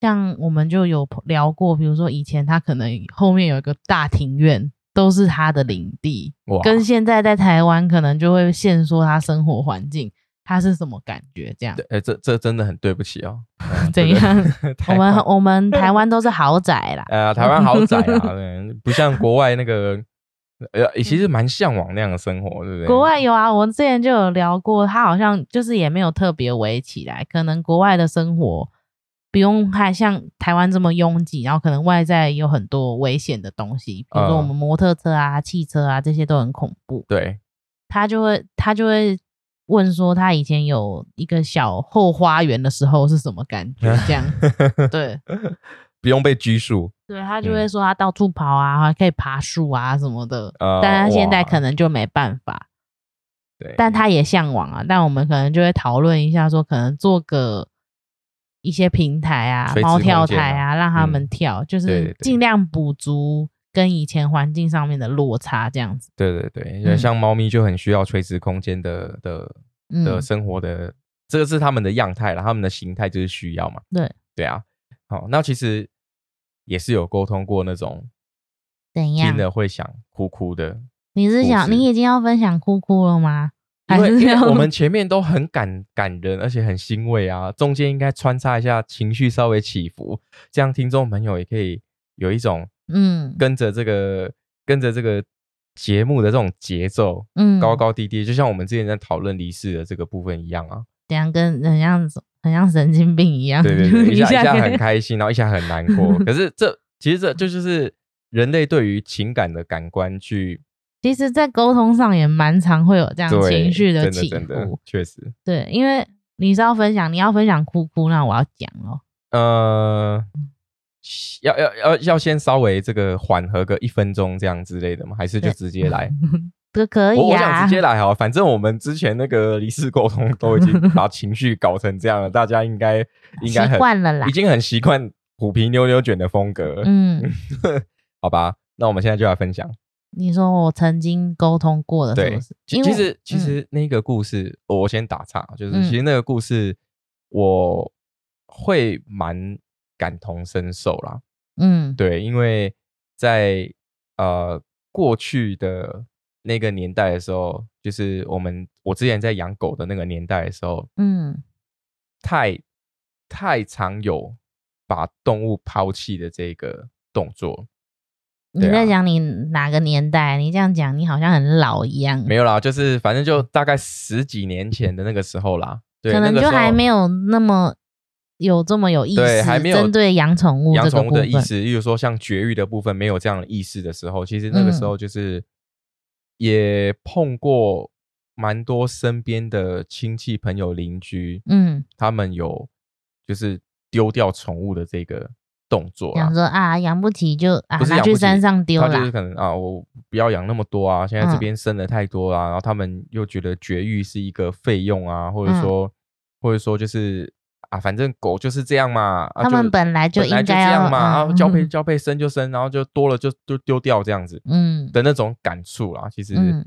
S2: 像我们就有聊过，比如说以前他可能后面有一个大庭院，都是他的领地，
S1: 哇，
S2: 跟现在在台湾可能就会限缩他生活环境，他是什么感觉这样
S1: 对？呃，这这真的很对不起哦。 [LAUGHS] 嗯
S2: 怎
S1: 这个
S2: [LAUGHS] 我
S1: 台
S2: 们
S1: 湾，
S2: 我们台湾都是豪宅啦
S1: 呃，台湾豪宅
S2: [LAUGHS]
S1: 啊，嗯不像国外那个，呃，其实蛮向往那样的生活， [LAUGHS] 对不对？
S2: 嗯国外有啊，我之前就有聊过，他好像就是也没有特别围起来，可能国外的生活不用太像台湾这么拥挤，然后可能外在有很多危险的东西，比如说我们摩托车啊、汽车啊这些都很恐怖，
S1: 对，
S2: 他就会他就会。问说他以前有一个小后花园的时候是什么感觉？这样对
S1: 不用被拘束，
S2: 对，他就
S1: 嗯
S2: 会说他到处跑啊，还可以爬树啊什么的。
S1: 呃，
S2: 但他现在
S1: 哇
S2: 可能就没办法，
S1: 对，
S2: 但他也向往啊。但我们可能就会讨论一下，说可能做个一些平台啊
S1: 垂，直
S2: 猫跳
S1: 空间
S2: 台
S1: 啊
S2: 啊，让他
S1: 嗯
S2: 们跳，就
S1: 对对
S2: 是
S1: 对
S2: 尽量补足跟以前环境上面的落差，这样子。
S1: 对对对，因为
S2: 嗯
S1: 像猫咪就很需要垂直空间的的的
S2: 嗯，
S1: 生活的，这个是他们的样态啦，他们的形态就是需要嘛。
S2: 对
S1: 对啊，好，那其实也是有沟通过那种
S2: 怎样
S1: 听？了会想哭哭的，
S2: 你是
S1: 故
S2: 想
S1: 事
S2: 你已经要分享哭哭了吗？还
S1: 因为
S2: 是
S1: 因为
S2: 要
S1: 我们前面都很感感人，而且很欣慰啊，中间应该穿插一下情绪稍微起伏，这样听众朋友也可以有一种
S2: 嗯
S1: 跟着这个跟着这个节目的这种节奏。
S2: 嗯
S1: 高高低低，就像我们之前在讨论离世的这个部分一样啊，
S2: 怎样跟很像很像神经病啊一样，
S1: 对对
S2: [LAUGHS]
S1: 对，一下一下
S2: 给
S1: 很开心，然后一下很难
S2: [LAUGHS]
S1: 过。可是这其实这这就是人类对于情感的感官去
S2: 其实，在沟通上也蛮常会有这样
S1: 对
S2: 情绪
S1: 真
S2: 起
S1: 真的
S2: 伏。
S1: 确实，
S2: 对，因为你是要分享，你要分享哭哭，那我要讲哦。
S1: 呃，要要要要先稍微这个缓和个一分钟这样之类的吗？还是就
S2: 对
S1: 直接来？
S2: 这可
S1: 我
S2: 以
S1: 我
S2: 啊
S1: 想直，接来哈，反正我们之前那个离世沟通都已
S2: [LAUGHS]
S1: 经把情绪搞成这样了，大家应该应该
S2: 习
S1: 很
S2: 惯了啦
S1: 已。经很习惯虎皮妞妞卷的风格，
S2: 嗯，
S1: 好吧？那我们现在就来分享。
S2: 你说我曾经沟通过的是
S1: 对
S2: 不是，？
S1: 其
S2: 因为嗯
S1: 其实其实那个故事，我先打岔，啊就是其实那个故事我会蛮感同身受啦，
S2: 嗯，嗯
S1: 对，因为在呃过去的那个年代的时候，就是我们我之前在养狗的那个年代的时候，
S2: 嗯，
S1: 太太常有把动物抛弃的这个动作。
S2: 你
S1: 对啊
S2: 在讲你哪个年代？你这样讲，你好像很老一样，
S1: 没有啦，就是反正就大概十几年前的那个时候啦，对，
S2: 可能
S1: 那个时
S2: 就
S1: 候
S2: 还没有那么有这么有意
S1: 对
S2: 识，
S1: 还没有
S2: 针对养宠物
S1: 养
S2: 这个
S1: 宠物
S2: 部
S1: 的
S2: 分
S1: 意。识，例如说像绝育的部分没有这样的意识的时候，其实那个时
S2: 嗯
S1: 候就是也碰过蛮多身边的亲戚、朋友、邻居，
S2: 嗯，
S1: 他们有就是丢掉宠物的这个动作啦
S2: 想，说啊，养不起就啊
S1: 不是
S2: 拿
S1: 养
S2: 去
S1: 不起
S2: 山上丢
S1: 他就是
S2: 啦。
S1: 可能啊，我不要养那么多啊，现在这
S2: 嗯
S1: 边生的太多啦，然后他们又觉得绝育是一个费用啊，或者
S2: 嗯
S1: 说、或者说就是。啊，反正狗就是这样嘛。啊、
S2: 他
S1: 就
S2: 们本来就
S1: 本来
S2: 应
S1: 就
S2: 该
S1: 这
S2: 要
S1: 样嘛，啊，交配
S2: 嗯
S1: 交配生就生，然后就多了就就丢掉这样子
S2: 嗯
S1: 的那种感触啦。其实
S2: 嗯，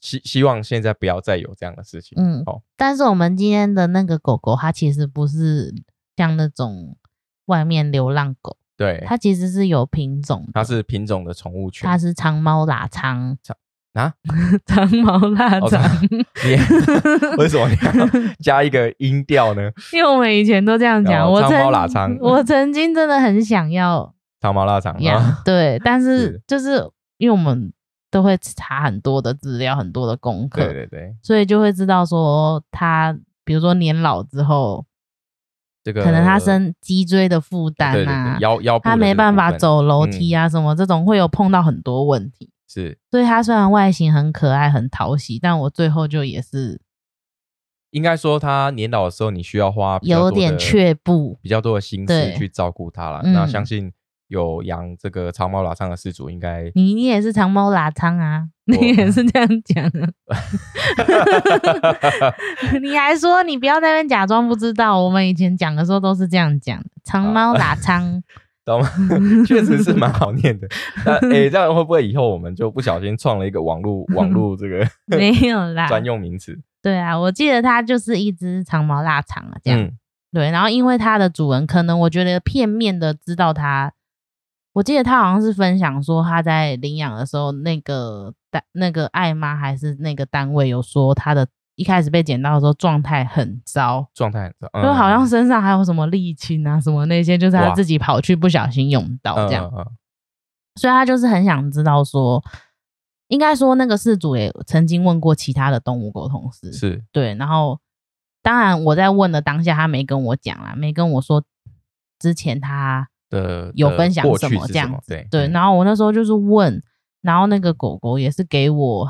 S1: 希希望现在不要再有这样的事情。
S2: 嗯
S1: 哦，
S2: 但是我们今天的那个狗狗，它其实不是像那种外面流浪狗，
S1: 对，
S2: 它其实是有品种的，
S1: 它是品种的宠物犬
S2: 它。是长毛腊肠
S1: 啊，
S2: [LAUGHS] 长毛腊
S1: 哦
S2: 肠， [LAUGHS]
S1: 你为什么你要加一个音调呢？
S2: 因为我们以前都这样讲，
S1: 哦
S2: 我
S1: 长
S2: 曾
S1: 毛腊肠
S2: 我曾经真的很
S1: [LAUGHS]
S2: 想要
S1: 长毛腊肠
S2: 养， [LAUGHS]
S1: 啊， [LAUGHS]
S2: 对，但是
S1: 是
S2: 就是因为我们都会查很多的资料，很多的功课，
S1: 对对对，
S2: 所以就会知道说它，比如说年老之后，
S1: 这个
S2: 可能它身脊椎的负担
S1: 呃对对
S2: 啊
S1: 对，腰腰部的
S2: 他没
S1: 这个
S2: 办
S1: 部
S2: 法
S1: 分嗯
S2: 走楼梯啊，什么这种会有碰到很多问题。
S1: 是
S2: 所以它虽然外形很可爱、很讨喜，但我最后就也是
S1: 应该说他年老的时候，你需要花比较
S2: 有
S1: 多
S2: 点
S1: 的
S2: 却步
S1: 比较多的心思
S2: 对
S1: 去照顾它了。
S2: 嗯
S1: 那相信有养这个长毛拉上的饲主，应该
S2: 你，你也是长毛拉仓啊， [LAUGHS] 你也是这样讲啊。 [LAUGHS] 你还说你不要在那边假装不知道，我们以前讲的时候都是这样讲的，
S1: 啊 [LAUGHS]
S2: 长毛拉仓。
S1: 懂吗？ [LAUGHS] 确实是蛮好念的。
S2: [LAUGHS]
S1: 那诶、这样会不会以后我们就不小心创了一个网络网络这
S2: [LAUGHS]
S1: 个
S2: 没有啦，
S1: 专用名词？
S2: 对啊，我记得它就是一只长毛腊肠啊，这样、
S1: 嗯，
S2: 对。然后因为它的主人可能我觉得片面的知道它，我记得他好像是分享说他在领养的时候，那个单那个爱妈还是那个单位有说他的一开始被捡到的时候状态很糟，
S1: 状态很糟，
S2: 就
S1: 嗯
S2: 好像身上还有什么沥青啊什么那些，就是他
S1: 哇
S2: 自己跑去不小心用到这样。
S1: 嗯嗯
S2: 所以他就是很想知道说，应该说那个事主也曾经问过其他的动物沟通师，
S1: 嗯是
S2: 对，然后当然我在问的当下，他没跟我讲啦，没跟我说之前他
S1: 的
S2: 有
S1: 的
S2: 分享
S1: 过
S2: 什
S1: 去
S2: 么
S1: 是
S2: 这样
S1: 什么
S2: 子
S1: 对
S2: 对，
S1: 嗯
S2: 然后我那时候就是问，然后那个狗狗也是给我，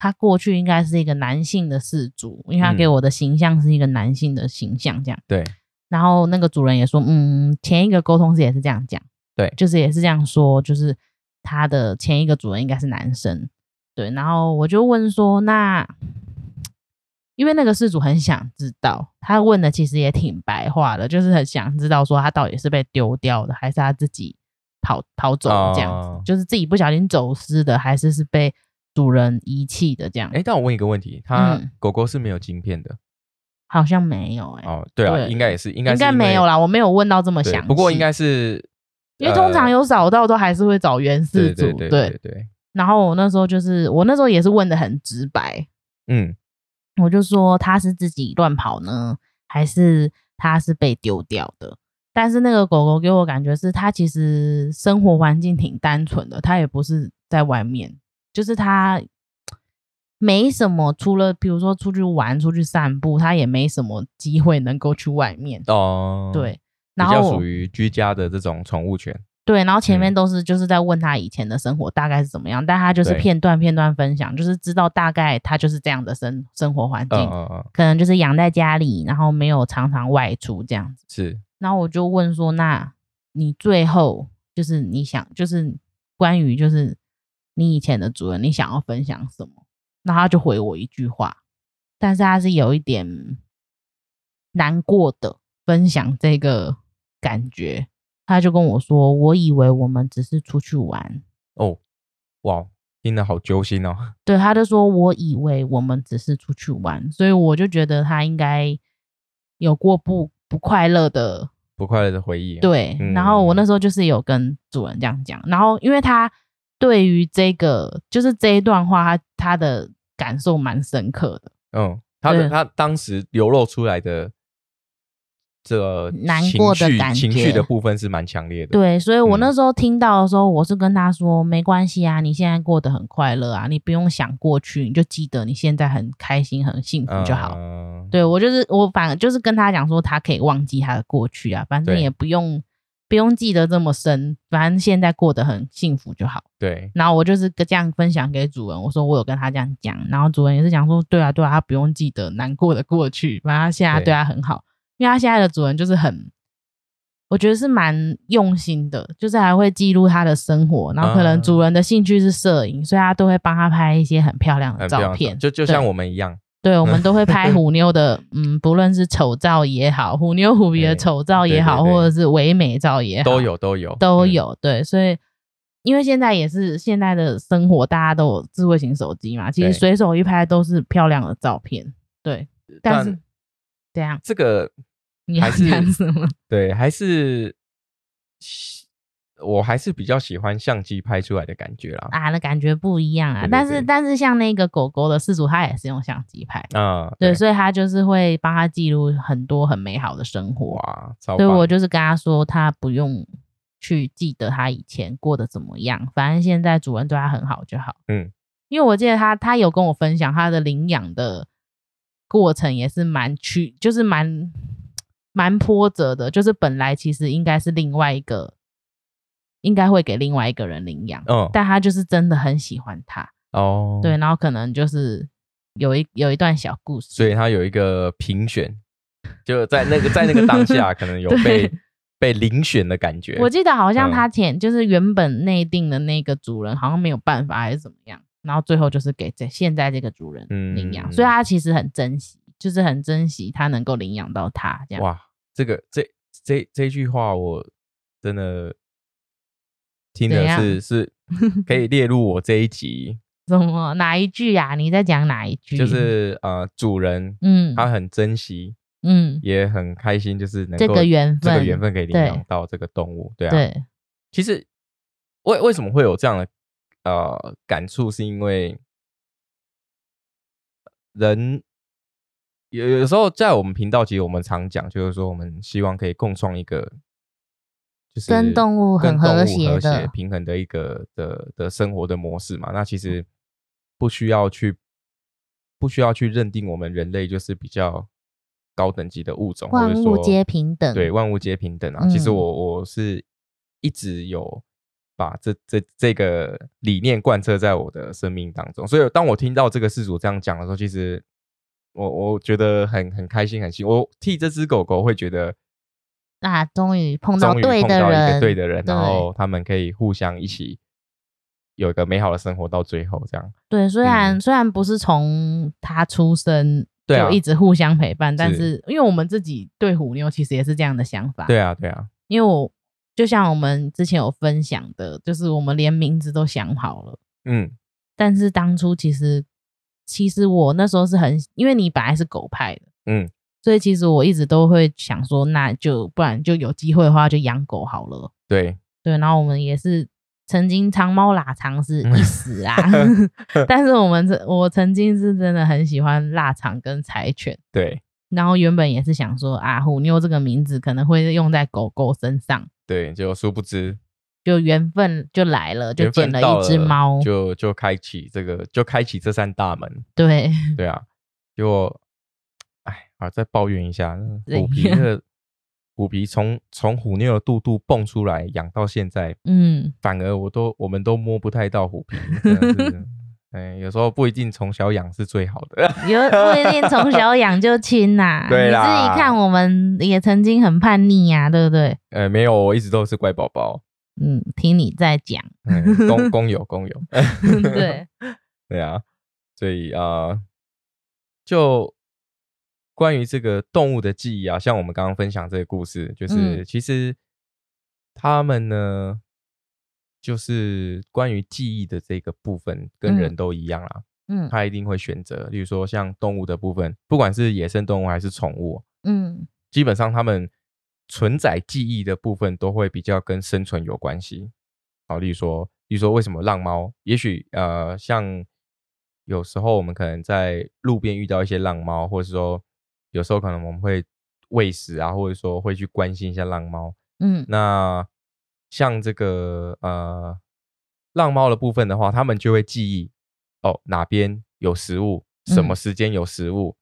S2: 它过去应该是一个男性的事主，因为它给
S1: 嗯
S2: 我的形象是一个男性的形象这样。
S1: 对
S2: 然后那个主人也说，嗯，前一个沟通师也是这样讲，
S1: 对
S2: 就是也是这样说，就是他的前一个主人应该是男生，对。然后我就问说，那因为那个事主很想知道，他问的其实也挺白话的，就是很想知道说他到底是被丢掉的，还是他自己跑跑走了这样子，
S1: 哦
S2: 就是自己不小心走失的，还是是被主人遗弃的这样。
S1: 哎，但我问一个问题，它
S2: 嗯
S1: 狗狗是没有晶片的
S2: 好像没有哎、
S1: 哦？对啊，
S2: 对
S1: 应该也是，应该
S2: 应
S1: 是
S2: 该
S1: 因
S2: 没
S1: 为
S2: 有啦，我没有问到这么
S1: 对
S2: 详细。
S1: 不过应该是
S2: 因为通常
S1: 呃
S2: 有找到都还是会找原
S1: 对
S2: 始组，
S1: 对对对对，
S2: 然后我那时候就是，我那时候也是问的很直白，
S1: 嗯
S2: 我就说他是自己乱跑呢，还是他是被丢掉的？但是那个狗狗给我感觉是，它其实生活环境挺单纯的，它也不是在外面，就是它没什么，除了比如说出去玩、出去散步，它也没什么机会能够去外面。
S1: 哦，，
S2: 对，
S1: 比
S2: 然
S1: 较
S2: 后我
S1: 属于居家的这种宠物犬，
S2: 对，然后前
S1: 嗯
S2: 面都是就是在问他以前的生活大概是怎么样，但他就是
S1: 对
S2: 片段片段分享，就是知道大概他就是这样的生生活环境，
S1: 嗯嗯嗯，
S2: 可能就是养在家里，然后没有常常外出这样子。
S1: 是
S2: 然后我就问说，那你最后就是你想就是关于就是你以前的主人，你想要分享什么？然后他就回我一句话，但是他是有一点难过的分享这个感觉。他就跟我说：“我以为我们只是出去玩。
S1: 哦，哇，听得好揪心哦，”
S2: 对，他就说：“我以为我们只是出去玩。”所以我就觉得他应该有过不不快乐的
S1: 不快乐的回忆，，
S2: 对，
S1: 嗯
S2: 然后我那时候就是有跟主人这样讲，然后因为他对于这个就是这一段话，他他的感受蛮深刻的，
S1: 嗯，他的
S2: 对
S1: 他当时流露出来的这个
S2: 难
S1: 情
S2: 过的
S1: 绪
S2: 感
S1: 情绪
S2: 觉
S1: 的部分是蛮强烈的，，
S2: 对，所以我
S1: 嗯
S2: 那时候听到的时候，我是跟他说没关系啊，你现在过得很快乐啊，你不用想过去，你就记得你现在很开心、很幸福就好。
S1: 嗯，
S2: 对我就是我反而就是跟他讲说，他可以忘记他的过去啊，反正
S1: 对
S2: 也不用不用记得这么深，反正现在过得很幸福就好。
S1: 对，
S2: 然后我就是这样分享给主人，我说我有跟他这样讲，然后主人也是讲说，对啊，对啊，他不用记得难过的过去，反正他现在
S1: 对
S2: 对他很好，因为他现在的主人就是很，我觉得是蛮用心的，就是还会记录他的生活，然后可能
S1: 嗯
S2: 主人的兴趣是摄影，所以他都会帮他拍一些很漂亮的
S1: 很漂
S2: 照
S1: 亮
S2: 片，
S1: 就就
S2: 对
S1: 像我们一样，
S2: 对，我们都
S1: [LAUGHS]
S2: 会拍虎妞的，嗯，不论是丑照也好，虎妞虎鼻的
S1: 对
S2: 丑照也好，
S1: 对对对
S2: 或者是唯美照也好，
S1: 都有都有
S2: 都
S1: 嗯
S2: 有、对，所以因为现在也是现在的生活，大家都有智慧型手机嘛，其
S1: 对
S2: 实随手一拍都是漂亮的照片，对。但是啊怎样？
S1: 这个
S2: 你要
S1: 呃还是
S2: 讲什
S1: [LAUGHS]
S2: 么？
S1: 对，还是喜我还是比较喜欢相机拍出来的感觉啦。
S2: 啊，那感觉不一样啊。
S1: 对对
S2: 但
S1: 对
S2: 是但是像那个狗狗的饲主，他也是用相机拍，
S1: 啊、
S2: 对，所以他就是会帮他记录很多很美好的生活。
S1: 哇，超
S2: 所以
S1: 棒
S2: 我就是跟他说，他不用去记得他以前过得怎么样，反正现在主人对他很好就好。
S1: 嗯，
S2: 因为我记得他，他有跟我分享他的领养的过程，也是蛮曲，就是蛮蛮波折的。就是本来其实应该是另外一个应该会给另外一个人领养，
S1: 嗯，
S2: 但他就是真的很喜欢他，
S1: 哦，
S2: 对，，然后可能就是有一有一段小故事，
S1: 所以他有一个评选，就在那个在那个当
S2: [LAUGHS]
S1: 下，可能有被
S2: 对
S1: 被遴选的感觉。
S2: 我记得好像
S1: 嗯
S2: 他前、就是原本内定的那个主人好像没有办法还是怎么样，然后最后就是给这现在这个主人领养，
S1: 嗯
S2: 所以他其实很珍惜，就是很珍惜他能够领养到他这样。
S1: 哇，这个这这这句话我真的听
S2: 怎
S1: 的
S2: 样
S1: 是
S2: [LAUGHS]
S1: 是可以列入我这一集，
S2: 怎么哪一句呀、你在讲哪一句？
S1: 就是呃主人
S2: 嗯
S1: 他很珍惜，
S2: 嗯，
S1: 也很开心，就是能
S2: 这
S1: 够
S2: 个缘
S1: 这个
S2: 分
S1: 缘分可以领
S2: 对
S1: 养到这个动物，对啊，
S2: 对，
S1: 其实为为什么会有这样的呃感触，是因为人有有时候在我们频道，其实我们常讲，就是说我们希望可以共创一个，就是
S2: 跟动物很
S1: 跟动物
S2: 和
S1: 和
S2: 谐的嗯
S1: 平衡的一个的的生活的模式嘛。那其实不需要去不需要去认定我们人类就是比较高等级的物种，或
S2: 万
S1: 者
S2: 物
S1: 说
S2: 皆平等。
S1: 对，万物皆平等啊。其实
S2: 嗯
S1: 我我是一直有把这这这个理念贯彻在我的生命当中，所以当我听到这个事主这样讲的时候，其实我我觉得很很开心，很幸，我替这只狗狗会觉得
S2: 啊，终于碰到
S1: 终于
S2: 对
S1: 碰
S2: 的
S1: 到一个
S2: 人，
S1: 对的人，然
S2: 对
S1: 后他们可以互相一起有一个美好的生活到最后，这样
S2: 对，虽然、虽然不是从他出生
S1: 嗯对啊
S2: 就一直互相陪伴，但
S1: 是
S2: 是因为我们自己对虎妞其实也是这样的想法。
S1: 对，啊对啊，
S2: 因为我就像我们之前有分享的，就是我们连名字都想好了，
S1: 嗯
S2: 但是当初其实其实我那时候是很，因为你本来是狗派的，
S1: 嗯，
S2: 所以其实我一直都会想说，那就不然就有机会的话就养狗好了。
S1: 对，
S2: 对，然后我们也是曾经长猫腊肠是一死啊， [LAUGHS] 但是我们这我曾经是真的很喜欢腊肠跟柴犬，
S1: 对
S2: 然后原本也是想说啊，虎妞这个名字可能会用在狗狗身上，
S1: 对，就殊不知
S2: 就缘分就来了，就
S1: 缘
S2: 捡
S1: 分
S2: 了
S1: 到
S2: 一只猫，
S1: 就就开启这个，就开启这扇大门。
S2: 对， [LAUGHS]
S1: 对啊，结果，哎，啊，再抱怨一下，那
S2: 怎
S1: 虎皮那个虎皮从从虎妞的肚肚蹦出来养到现在，
S2: 嗯，
S1: 反而我都我们都摸不太到虎皮，真的是哎，有时候不一定从小养是最好的。 [LAUGHS]
S2: 有不一定从小养就亲呐、
S1: 对
S2: 你自
S1: 啦
S2: 己看，我们也曾经很叛逆呀、对不对？
S1: 呃，没有，我一直都是乖宝宝， [LAUGHS]
S2: 嗯，听你在 [LAUGHS] 讲，
S1: 嗯，公公有公有，
S2: 对，
S1: 对啊，所以啊、呃就关于这个动物的记忆啊，像我们刚刚分享这个故事，就是、
S2: 嗯
S1: 其实他们呢，就是关于记忆的这个部分，跟
S2: 嗯
S1: 人都一样啦， [LAUGHS]
S2: 嗯
S1: 他一定会选择，例如说像动物的部分，不管是野生动物还是宠物，
S2: 嗯，
S1: 基本上他们存在记忆的部分都会比较跟生存有关系。好，例如说，例如说，为什么浪猫？也许呃，像有时候我们可能在路边遇到一些浪猫，或者说有时候可能我们会喂食啊，或者说会去关心一下浪猫。
S2: 嗯
S1: 那像这个呃浪猫的部分的话，他们就会记忆哦哪边有食物，什么
S2: 嗯
S1: 时间有食物，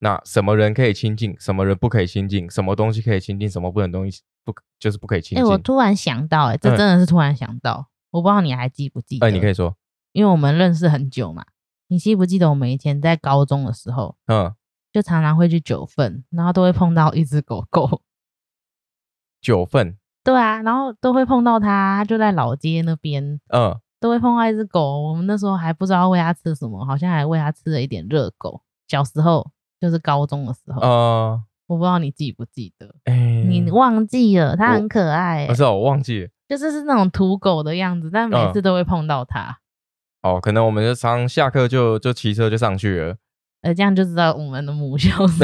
S1: 那什么人可以亲近，什么人不可以亲近，什么东西可以亲近，什么不能东西不就是不可以亲
S2: 哎、
S1: 近。
S2: 我突然想到、欸，哎，这
S1: 嗯
S2: 真的是突然想到，我不知道你还记不记得？
S1: 哎、你可以，说，
S2: 因为我们认识很久嘛，你记不记得我们以前在高中的时候，
S1: 嗯，
S2: 就常常会去九份，然后都会碰到一只狗狗， [LAUGHS]
S1: 九份，
S2: 对啊，然后都会碰到它，它就在老街那边，
S1: 嗯，
S2: 都会碰到一只狗。我们那时候还不知道喂它吃什么，好像还喂它吃了一点热狗。小时候就是高中的时候，
S1: 呃，
S2: 我不知道你记不记得，
S1: 哎、
S2: 哦你忘记了，它
S1: 我
S2: 很可爱、
S1: 不
S2: 欸
S1: 是、，哦、我忘记了
S2: 就是是那种土狗的样子，但每
S1: 嗯
S2: 次都会碰到它。
S1: 哦，可能我们就常下课就就骑车就上去了，
S2: 呃，这样 [LAUGHS] 就知道我们的母
S1: [LAUGHS]
S2: 校是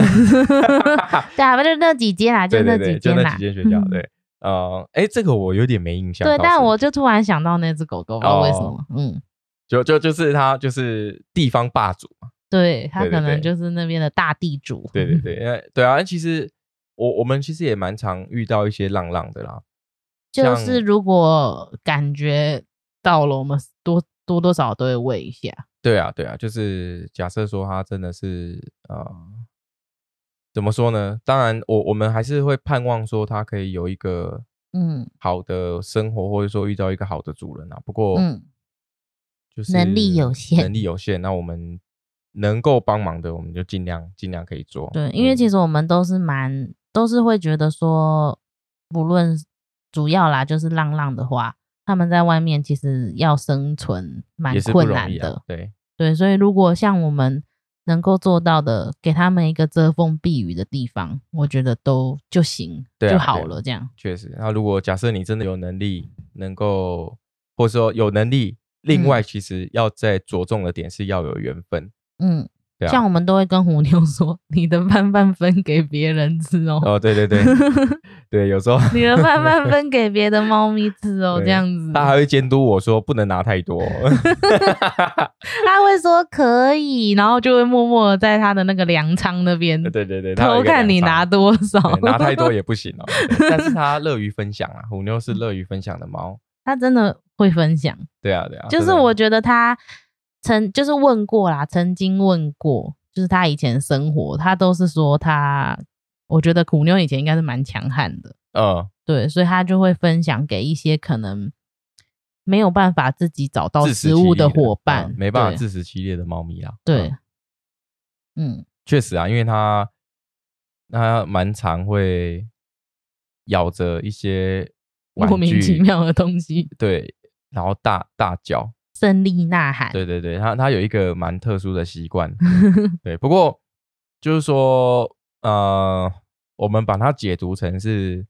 S2: 对啊，不就那几间啦，
S1: 对对
S2: 那
S1: 对，
S2: 几
S1: 就
S2: 间
S1: 那
S2: 啦，
S1: 几间学校，
S2: 嗯。
S1: 对，呃，哎，这个我有点没印象倒
S2: 对，
S1: 是，
S2: 但我就突然想到那只狗狗，不知道为什
S1: 哦
S2: 么，嗯，
S1: 就就就是他就是地方霸主嘛，
S2: 对，它
S1: 对对
S2: 可能
S1: 对
S2: 就是那边的大地主，
S1: 对对，对，因为对啊，其实我我们其实也蛮常遇到一些浪浪的啦，
S2: 就
S1: 像
S2: 是如果感觉到了，我们多多多少少都会喂一下，
S1: 对啊对啊，就是假设说他真的是呃，怎么说呢？当然我我们还是会盼望说他可以有一个
S2: 嗯
S1: 好的生活，或者说遇到一个好的主人啊。不过，
S2: 嗯，
S1: 就是
S2: 能力有限
S1: 能力有限，那我们能够帮忙的，我们就尽量尽量可以做。嗯
S2: 对，因为
S1: 实
S2: 其实我们都是蛮都是会觉得说，不论主要啦，就是浪浪的话，他们在外面其实要生存蛮
S1: 也是不
S2: 困
S1: 容
S2: 难
S1: 易
S2: 的。
S1: 啊。对，
S2: 对，所以如果像我们能够做到的，给他们一个遮风避雨的地方，我觉得都就行，
S1: 对啊对
S2: 就好
S1: 啊
S2: 了。这样，
S1: 确实。那如果假设你真的有能力，能够或者说有能力，另外其实要再着重的点是要有缘分。
S2: 嗯，
S1: 对啊
S2: 像我们都会跟虎妞说，你的拌饭分给别人吃哦，嗯
S1: 哦，对对对 [LAUGHS] 对，有时候
S2: [LAUGHS] 你的拌饭分给别的猫咪吃哦，这
S1: [LAUGHS] 对
S2: 样子，
S1: 他还会监督我说不能拿太
S2: [LAUGHS]
S1: 多。
S2: 他会说可以，然后就会默默的在他的那个粮仓那边
S1: 对对对，他有
S2: 偷
S1: 一个
S2: 看你
S1: 良
S2: 拿
S1: 方
S2: 多少，
S1: 对拿太多也不行哦。对但是它乐于分享啊，虎妞
S2: 嗯
S1: 是乐于分享的猫。
S2: [LAUGHS] 他真的会分享。
S1: 对啊，对啊，
S2: 就是
S1: 真的
S2: 我觉得他曾就是问过啦，曾经问过，就是他以前生活，他都是说他，我觉得苦妞以前应该是蛮强悍的，
S1: 呃，
S2: 对，所以他就会分享给一些可能没有办法自己找到
S1: 自食
S2: 食物
S1: 其力
S2: 伙
S1: 嗯
S2: 伴，
S1: 没办法
S2: 对
S1: 自食其力的猫咪啦。
S2: 对
S1: 嗯，，
S2: 嗯
S1: 确实啊，因为它它蛮常会咬着一些玩具
S2: 莫名其，妙的东西，
S1: 对，然后大大叫，
S2: 胜利呐喊，
S1: 对对对，它它有一个蛮特殊的习惯，嗯
S2: [LAUGHS]
S1: 对，不过就是说，呃，我们把它解读成是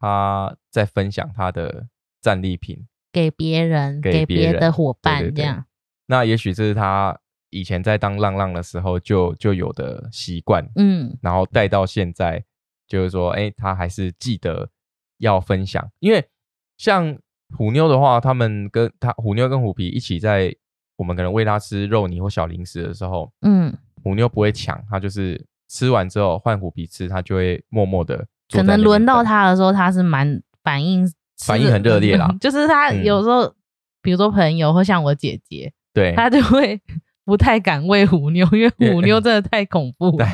S1: 他在分享他的战利品，
S2: 给别人，
S1: 给
S2: 给
S1: 别
S2: 别
S1: 人
S2: 的伙
S1: 对对
S2: 伴这
S1: 对
S2: 样，
S1: 那也许这是他以前在当浪浪的时候就就有的习惯，
S2: 嗯
S1: 然后带到现在，就是说，哎，他还是记得要分享，因为像虎妞的话，他们跟他虎妞跟虎皮一起在我们可能喂它吃肉泥或小零食的时候，
S2: 嗯，
S1: 虎妞不会抢，它就是吃完之后换虎皮吃，它就会默默的。
S2: 可能轮到，他的时候，他是蛮反应
S1: 反应很热烈啦
S2: [LAUGHS] 就是他
S1: 嗯
S2: 有时候，比如说朋友或像我姐姐，
S1: 对，
S2: 她就会不太敢喂虎 [LAUGHS] 妞，因为虎妞真的太恐怖了，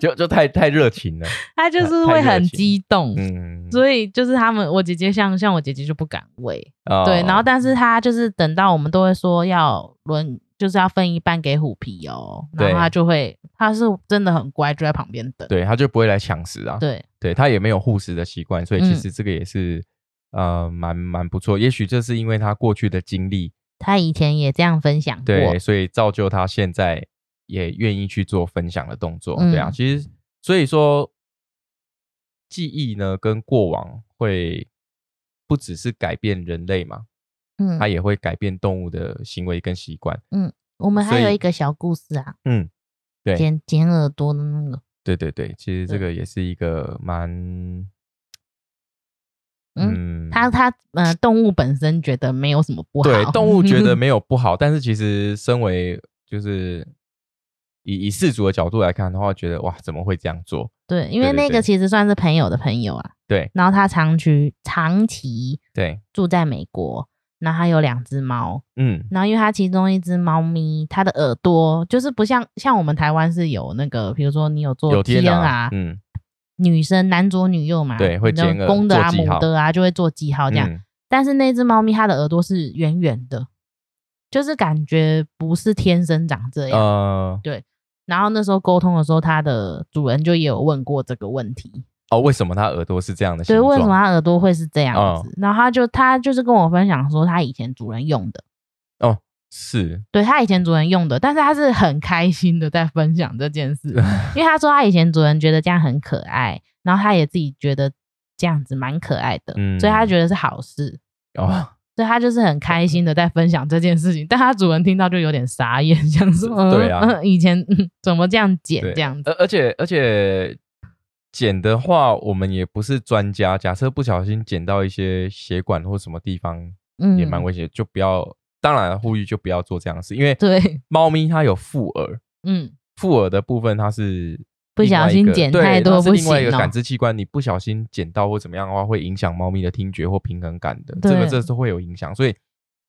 S1: 就就太太热情了，
S2: 她就是
S1: 太
S2: 会
S1: 热
S2: 很
S1: 情
S2: 激动。
S1: 嗯，
S2: 所以就是他们，我姐姐像像我姐姐就不敢喂，
S1: 哦
S2: 对，然后但是她就是等到我们都会说要轮，就是要分一半给虎皮哦，然
S1: 对
S2: 后她就会，她是真的很乖，就在旁边等，
S1: 对，它就不会来抢食啊，
S2: 对，
S1: 对，它也没有护食的习惯，所以
S2: 嗯
S1: 其实这个也是、呃蛮蛮不错，也许这是因为它过去的经历，
S2: 她以前也这样分享过，
S1: 对，所以造就它现在也愿意去做分享的动作，对啊，
S2: 嗯
S1: 其实所以说记忆呢跟过往会不只是改变人类嘛，
S2: 嗯，
S1: 它也会改变动物的行为跟习惯。
S2: 我们还
S1: 所以
S2: 有一个小故事啊，
S1: 嗯，对嗯
S2: 剪剪耳朵的那个，
S1: 对对对，其实这
S2: 对
S1: 个也是一个蛮，
S2: 嗯
S1: 嗯，
S2: 它它呃，动物本身觉得没有什么不好，
S1: 对动物觉得没有不好，但是其实身为就是以以饲主的角度来看的话，觉得哇怎么会这样做？
S2: [LAUGHS] 对，因为
S1: 对对
S2: 那个
S1: 对
S2: 其实算是朋友的朋友啊，
S1: 对
S2: 然后他长期长期
S1: 对，
S2: 住在美国，然后他有两只猫，
S1: 嗯，
S2: 然后因为他其中一只猫咪，它的耳朵就是不像像我们台湾是有那个，比如说你有
S1: 有
S2: 做
S1: 天
S2: TNR，
S1: 啊，嗯，
S2: 女生男左女右嘛，
S1: 对会
S2: 你知道
S1: 剪耳
S2: 公的啊
S1: 做记
S2: 母
S1: 号
S2: 的啊就会做记号这样，
S1: 嗯
S2: 但是那只猫咪它的耳朵是圆圆的，就是感觉不是天生长这样。
S1: 呃，
S2: 然后那时候沟通的时候，它的主人就也有问过这个问题，
S1: 哦，为什么它耳朵是这样的形
S2: 对，
S1: 状？嗯
S2: 为什么它耳朵会是这样子？然后它就它就是跟我分享说，它以前主人用的，
S1: 是？
S2: 对，它以前主人用的，但是它是很开心的在分享这
S1: [LAUGHS]
S2: 件事，因为它说它以前主人觉得这样很可爱，然后它也自己觉得这样子蛮可爱的，
S1: 嗯嗯
S2: 所以它觉得是好事。
S1: 哦，
S2: 所以他就是很开心的在分享这件事情，但他主人听到就有点傻眼，想说，嗯、
S1: 对啊
S2: 嗯以前、嗯怎么这样剪
S1: 对
S2: 这样子？
S1: 而而且而且剪的话，我们也不是专家，假设不小心剪到一些血管或什么地方，
S2: 嗯，
S1: 也蛮危险，就不要。当然，呼吁就不要做这样的事，因为
S2: 对，
S1: 猫咪它有副耳，
S2: 嗯，
S1: 副耳的部分它是
S2: 不
S1: 另外
S2: 小
S1: 一
S2: 心
S1: 个
S2: 剪
S1: 对
S2: 太
S1: 它
S2: 多
S1: 是
S2: 不
S1: 另外一个
S2: 行哦
S1: 感知器官，你不小心剪到或怎么样的话，会影响猫咪的听觉或平衡感的，这
S2: 对
S1: 个这是会有影响，所以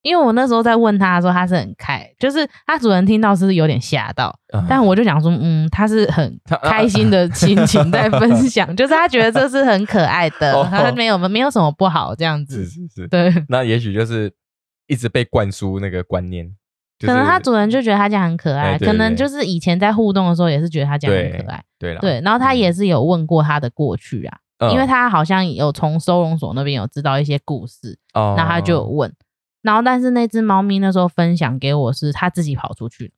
S2: 因为我那时候在问他的时候，他是很开，就是他主人听到是有点吓到，
S1: 啊
S2: 但我就想说，嗯，他是很
S1: 他啊
S2: 开心的心情在分
S1: [LAUGHS]
S2: 享，就是他觉得这是很可爱的
S1: 哦，
S2: 他没有没有什么不好这样
S1: 是
S2: 子。
S1: 是是，
S2: 对，
S1: 那也许就是一直被灌输那个观念，就是、
S2: 可能他主人就觉得他这样很可
S1: 哎
S2: 爱，
S1: 对
S2: 可能
S1: 对
S2: 就是以前在互动的时候也是觉得他这样
S1: 对
S2: 很可爱。
S1: 对了，
S2: 对，然后他也是有问过他的过去啊，
S1: 嗯，
S2: 因为他好像有从收容所那边有知道一些故事，
S1: 哦，
S2: 然后他就有问。然后，但是那只猫咪那时候分享给我是他自己跑出去，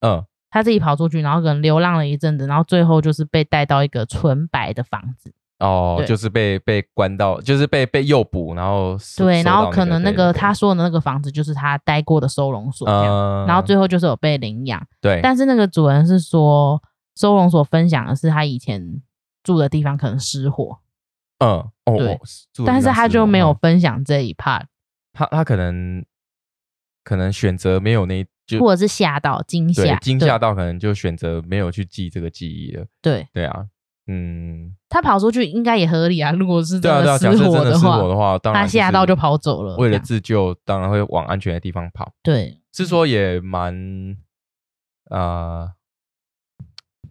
S1: 嗯
S2: 他自己跑出去，然后可能流浪了一阵子，然后最后就是被带到一个纯白的房子，
S1: 哦，
S2: 对
S1: 就是被被关到，就是被被诱捕，然后收
S2: 对，
S1: 收
S2: 然后
S1: 到
S2: 可能那
S1: 那
S2: 个他，说的那个房子就是他待过的收容所
S1: 对对
S2: 这样，
S1: 嗯，
S2: 然后最后就是有被领养，
S1: 对，
S2: 但是那个主人是说收容所分享的是他以前住的地方可能失火，
S1: 嗯哦
S2: 对
S1: 哦，住的
S2: 但
S1: 地
S2: 是
S1: 方
S2: 他就
S1: 我
S2: 没有
S1: 嗯
S2: 分享这一 part，
S1: 他他可能可能选择没有那就
S2: 或者是吓到惊
S1: 对
S2: 吓，
S1: 惊
S2: 对
S1: 吓到，可能就选择没有去记这个记忆了，
S2: 对
S1: 对啊，嗯，
S2: 他跑出去应该也合理啊，如果是
S1: 对啊对
S2: 真的
S1: 啊，
S2: 失
S1: 假设真
S2: 火
S1: 的失
S2: 话，
S1: 火的话，当然
S2: 他吓
S1: 是
S2: 到就跑走了，
S1: 为
S2: 这
S1: 了
S2: 样
S1: 自救，当然会往安全的地方跑。
S2: 对
S1: 是说也蛮，呃，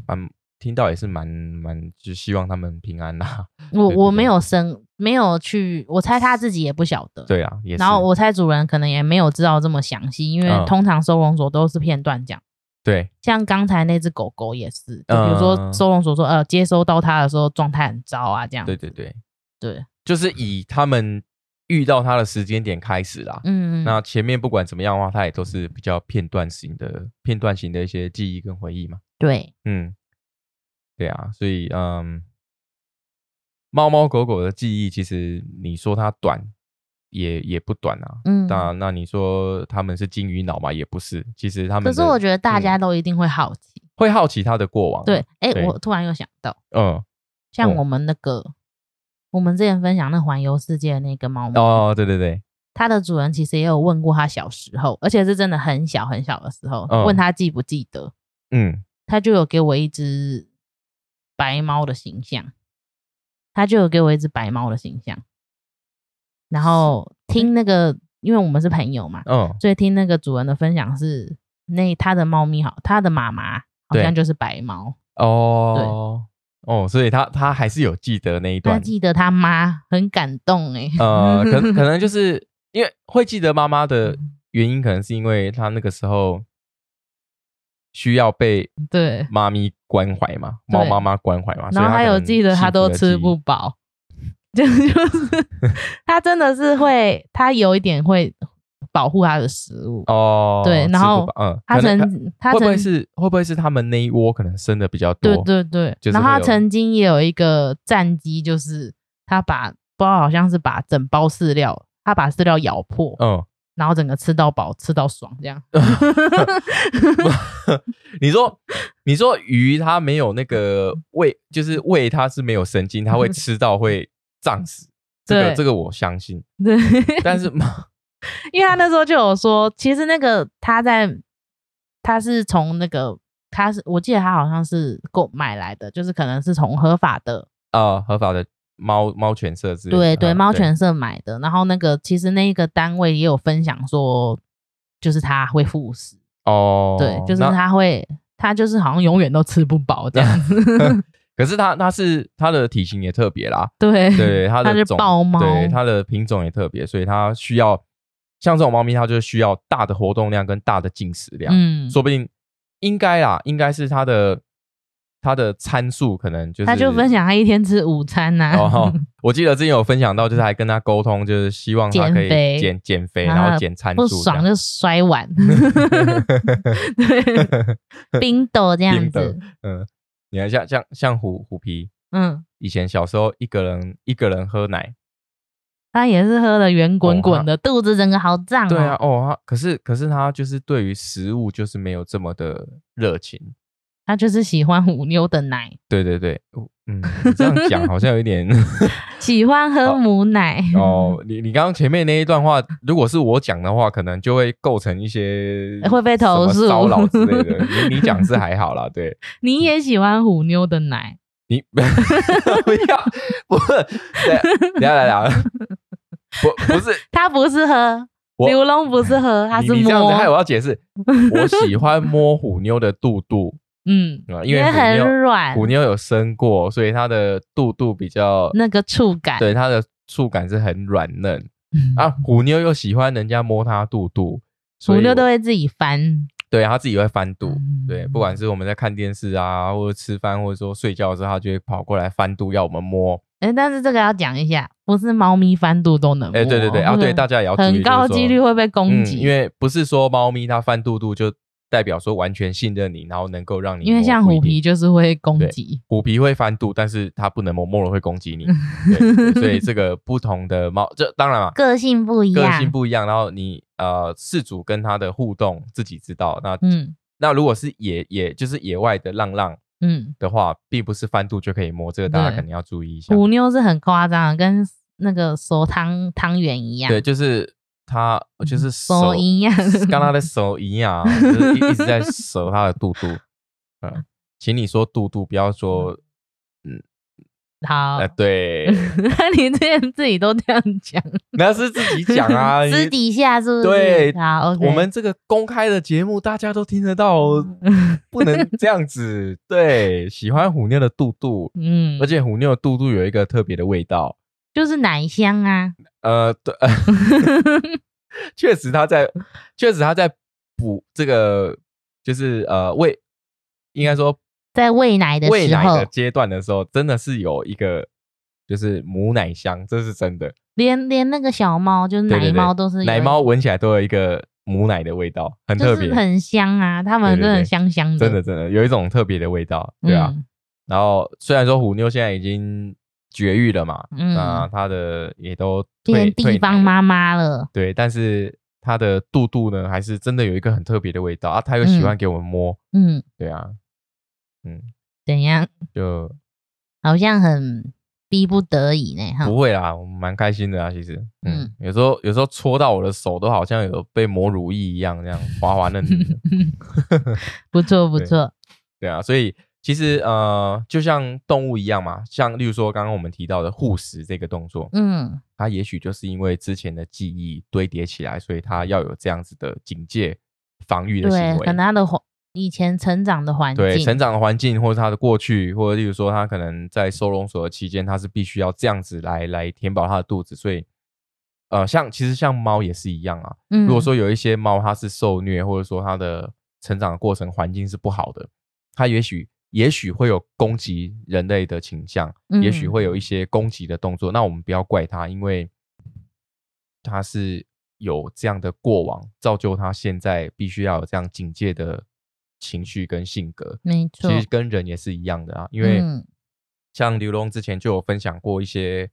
S1: 蛮听到也是蛮蛮，就希望他们平安啦。 [LAUGHS]
S2: 我
S1: 对
S2: 我
S1: 对
S2: 没有生没有去，我猜他自己也不晓得，
S1: 对啊，也是。
S2: 然后我猜主人可能也没有知道这么详细，因
S1: 嗯
S2: 为通常收容所都是片段讲。
S1: 对
S2: 像刚才那只狗狗也是，就比如说
S1: 嗯
S2: 收容所说，呃，接收到它的时候状态很糟啊，这样。
S1: 对对对，
S2: 对，
S1: 就是以他们遇到他的时间点开始啦。
S2: 嗯，
S1: 那前面不管怎么样的话，它也都是比较片段型的、片段型的一些记忆跟回忆嘛。
S2: 对，
S1: 嗯，对啊，所以嗯，猫猫狗狗的记忆其实你说它短，也也不短啊。
S2: 嗯。
S1: 那那你说他们是金鱼脑嘛？也不是，其实他们
S2: 可是
S1: 的嗯
S2: 我觉得大家都一定会好奇。
S1: 会好奇他的过往。
S2: 对，，哎、
S1: 对
S2: 我突然又想到，
S1: 嗯，
S2: 像
S1: 哦
S2: 我们那个，我们之前分享那环游世界的那个猫猫，
S1: 哦，对对对，
S2: 它的主人其实也有问过它小时候，而且是真的很小很小的时候，
S1: 嗯
S2: 问它记不记得，
S1: 嗯，
S2: 它就有给我一只白猫的形象，它就有给我一只白猫的形象。然后听那个，因为我们是朋友嘛，
S1: 嗯，
S2: 所以听那个主人的分享是，那他的猫咪好，他的妈妈好
S1: 对
S2: 像就是白猫，
S1: 哦，哦，所以他他还是有记得那一
S2: 他
S1: 段，
S2: 记得他妈，很感动哎、
S1: 呃，可可能就是因为会记得妈妈的
S2: 嗯
S1: 原因，可能是因为他那个时候需要被
S2: 对，
S1: 妈咪关怀嘛，猫
S2: 对
S1: 妈妈关怀啊嘛，
S2: [LAUGHS]
S1: 所以
S2: 然后
S1: 他
S2: 还
S1: 可
S2: 有
S1: 能
S2: 记得
S1: 幸
S2: 他
S1: 福
S2: 都
S1: 的
S2: 吃
S1: 记忆
S2: 不饱，就就是 [LAUGHS] 他真的是会，他有一点会保护他的食物。
S1: 哦，
S2: 对
S1: 吃
S2: 然
S1: 不
S2: 后
S1: 饱嗯，
S2: 他
S1: 可能
S2: 曾他
S1: 会不
S2: 曾
S1: 会是会不会是他们那一窝可能生的比较多？
S2: 对对对，
S1: 就是
S2: 然后他
S1: 会有
S2: 曾经也有一个战机，就是他把不知道好像是把整包饲料，他把饲料咬破，
S1: 嗯，
S2: 然后整个吃到饱，吃到爽这样。 [LAUGHS]
S1: 你说你说鱼它没有那个胃，就是胃它是没有神经，它会吃到会胀
S2: [LAUGHS]
S1: 死。这个
S2: 对
S1: 这个我相信，
S2: 对，
S1: 但 [LAUGHS] 是嘛
S2: 因为他那时候就有说，其实那个他在他是从那个他是我记得他好像是购买来的，就是可能是从合法的
S1: 呃合法的猫猫犬设置，
S2: 对对
S1: 嗯
S2: 猫犬舍买的，然后那个其实那个单位也有分享说，就是他会护食，
S1: 哦，
S2: 对，就是
S1: 那。
S2: 他会他就是好像永远都吃不饱
S1: [LAUGHS]
S2: 这样子，
S1: 可是它它是它的体型也特别啦，
S2: [LAUGHS] 对
S1: 对它
S2: 它
S1: 的
S2: 是
S1: 种
S2: 豹猫
S1: 对它的品种也特别，所以它需要像这种猫咪，它就需要大的活动量跟大的进食量。
S2: 嗯，
S1: 说不定应该啦，应该是他的他的参数可能就是
S2: 他就分享他一天吃午餐呐、 [LAUGHS]
S1: 哦，我记得之前有分享到，就是还跟他沟通，就是希望他可以
S2: 减肥
S1: 减减肥，
S2: 啊
S1: 然后减参
S2: 不
S1: 数，[LAUGHS]
S2: 爽就摔碗， [LAUGHS] 对，冰斗这样
S1: 冰斗
S2: 子，
S1: 嗯，你看像像像虎虎皮，
S2: 嗯，
S1: 以前小时候一个人一个人喝奶，
S2: 他也是喝的圆滚滚的，肚子整个好胀、哦。
S1: 哦对啊，，哦，他可是可是他就是对于食物就是没有这么的热情，
S2: 他就是喜欢母牛的奶，
S1: 对对对，嗯，你这样讲好像有
S2: [LAUGHS]
S1: 点。
S2: 喜欢喝母奶。
S1: 哦，你你刚刚前面那一段话，如果是我讲的话，可能就会构成一些
S2: 会被投
S1: 什么
S2: 诉
S1: 骚
S2: [LAUGHS]
S1: 扰之类的。你你讲是还好啦，对 [LAUGHS]
S2: 你也喜欢虎妞的奶，
S1: 你不要不是，对，等一下等一下，不不是
S2: 他不是喝，
S1: 我
S2: 流浪不是河，它
S1: 你
S2: 是
S1: 你这样
S2: 摸
S1: 子，，害我要解
S2: [LAUGHS]
S1: 释。我喜欢摸虎妞的肚肚
S2: 嗯，
S1: 啊，因
S2: 因
S1: 为
S2: 为
S1: 虎
S2: 很
S1: 妞
S2: 软，
S1: 虎妞有生过，所以它的肚肚比较
S2: 那个触感，
S1: 对它的触感是很软嫩
S2: 嗯
S1: 啊。虎妞又喜欢人家摸它肚肚，所
S2: 虎
S1: 以
S2: 妞都
S1: 我
S2: 会自己翻
S1: 对它自己会翻肚。
S2: 嗯
S1: 对，不管是我们在看电视啊，或者吃饭，或者说睡觉的时候，它就会跑过来翻肚要我们摸。
S2: 哎，但是这个要讲一下，不是猫咪翻肚都能摸，
S1: 哎、对对对，啊，对，
S2: 嗯
S1: 大家也要注意，
S2: 很高
S1: 就是说
S2: 几率会被攻
S1: 嗯
S2: 击，
S1: 因为不是说猫咪它翻肚肚就代表说完全信任你，然后能够让你摸，
S2: 因为像
S1: 不一
S2: 虎皮
S1: 定
S2: 就是会攻
S1: 对
S2: 击，
S1: 虎皮会翻肚，但是它不能摸，摸了会攻击
S2: [LAUGHS]
S1: 你。对对所以这个不同的猫，这当然嘛，
S2: 个性不一
S1: 个
S2: 样，
S1: 性不一样，然后你呃饲主跟它的互动自己知道。那、
S2: 嗯
S1: 那如果是野野就是野外的浪浪
S2: 嗯，
S1: 的话，并不是翻肚就可以摸，这个大家
S2: 对
S1: 肯定要注意一下。
S2: 虎妞是很夸张的，跟那个手汤汤圆一样，
S1: 对，就是它就是手
S2: 嗯手一样，
S1: 跟
S2: [LAUGHS]
S1: 他的手一样，啊就是一一直在手他的肚肚。嗯，请你说肚肚，不要说
S2: 好嗯
S1: 呃，，对，
S2: [LAUGHS] 你之前自己都这样讲，
S1: 那是自己讲
S2: [LAUGHS]
S1: 啊。
S2: 私
S1: 你
S2: 底下是不是？
S1: 对
S2: 好，OK，
S1: 我们这个公开的节目，大家都听得到，
S2: 嗯
S1: 不能这样
S2: [LAUGHS]
S1: 子。对，喜欢虎妞的肚肚，
S2: 嗯
S1: 而，且虎妞的肚肚有一个特别的味道。
S2: 就是奶香啊，
S1: 呃，
S2: [LAUGHS]
S1: 对，呃确实他在，确实他在补这个，就是呃喂，应该说
S2: 在喂奶的
S1: 喂
S2: 时
S1: 奶
S2: 候
S1: 的，阶段的时候，真的是有一个就是母奶香，这是真的。
S2: 连连那个小猫，就是
S1: 对对
S2: 奶
S1: 对
S2: 猫嗯都是有
S1: 奶猫，闻起来都有一个母奶的味道，很特
S2: 就
S1: 别
S2: 是，很香啊，它们
S1: 对对
S2: 真的
S1: 对
S2: 香香
S1: 真的真的有一种特别的味道，对啊。
S2: 嗯
S1: 然后虽然说虎妞现在已经绝育了嘛，那
S2: 嗯，
S1: 它的也都退
S2: 变地
S1: 退
S2: 方
S1: 奶了
S2: 妈妈了，
S1: 对，但是它的肚肚呢，还是真的有一个很特别的味道啊，它又喜欢给我们摸，
S2: 嗯，
S1: 对啊，嗯，
S2: 怎样？
S1: 就
S2: 好像很逼不得已呢，哈
S1: 不，会啦，我蛮开心的啊，其实，嗯，
S2: 嗯
S1: 有时候有时候戳到我的手都好像有被磨乳液一样，这样滑滑嫩嫩
S2: [LAUGHS]
S1: 的，
S2: 不错不
S1: 对
S2: 错，
S1: 对啊，所以其实呃，就像动物一样嘛，像例如说刚刚我们提到的护食这个动作，
S2: 嗯
S1: 它也许就是因为之前的记忆堆叠起来，所以它要有这样子的警戒防御的
S2: 对
S1: 行，
S2: 可能
S1: 为。
S2: 它的环以前成长的环
S1: 对
S2: 境，
S1: 成长的环境，或者它的过去，或者例如说它可能在收容所的期间，它是必须要这样子来来填饱它的肚子，所以呃，像其实像猫也是一样啊，
S2: 嗯，
S1: 如果说有一些猫它是受虐，或者说它的成长的过程环境是不好的，它也许也许会有攻击人类的倾向，也许
S2: 嗯
S1: 会有一些攻击的动作。那我们不要怪它，因为它是有这样的过往，造就它现在必须要有这样警戒的情绪跟性格。
S2: 没错，
S1: 其实跟人也是一样的啊，因为
S2: 嗯
S1: 像刘龙之前就有分享过一些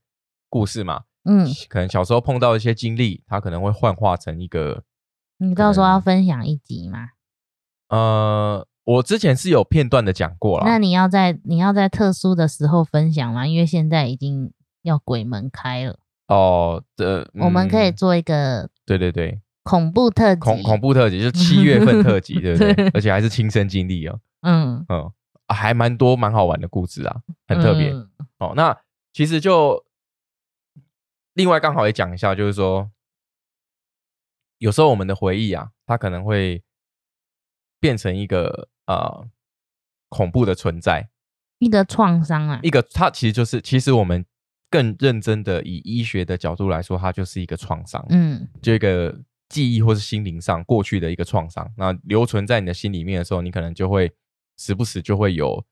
S1: 故事嘛，
S2: 嗯，
S1: 可能小时候碰到一些经历，它可能会幻化成一个
S2: 你
S1: 可
S2: 到时候要
S1: 能
S2: 分享一集嘛，
S1: 呃，我之前是有片段的讲过
S2: 那
S1: 啦，
S2: 你要在你要在特殊的时候分享吗？因为现在已经要鬼门开了，
S1: 哦的，
S2: 我们可以
S1: 嗯
S2: 做一个
S1: 对对对，
S2: 恐怖特辑，
S1: 恐恐怖特辑就七月份特
S2: [LAUGHS]
S1: 辑，对不
S2: 对
S1: 对？而且还是亲身经历哦，
S2: 嗯，
S1: 嗯，啊还蛮多蛮好玩的故事啊，很特别
S2: 嗯
S1: 哦。那其实就另外刚好也讲一下，就是说有时候我们的回忆啊，它可能会变成一个呃恐怖的存在，
S2: 一个创伤啊，
S1: 一个，它其实就是，其实我们更认真的以医学的角度来说，它就是一个创伤，
S2: 嗯
S1: 就一个记忆或是心灵上过去的一个创伤，那留存在你的心里面的时候，你可能就会时不时就会有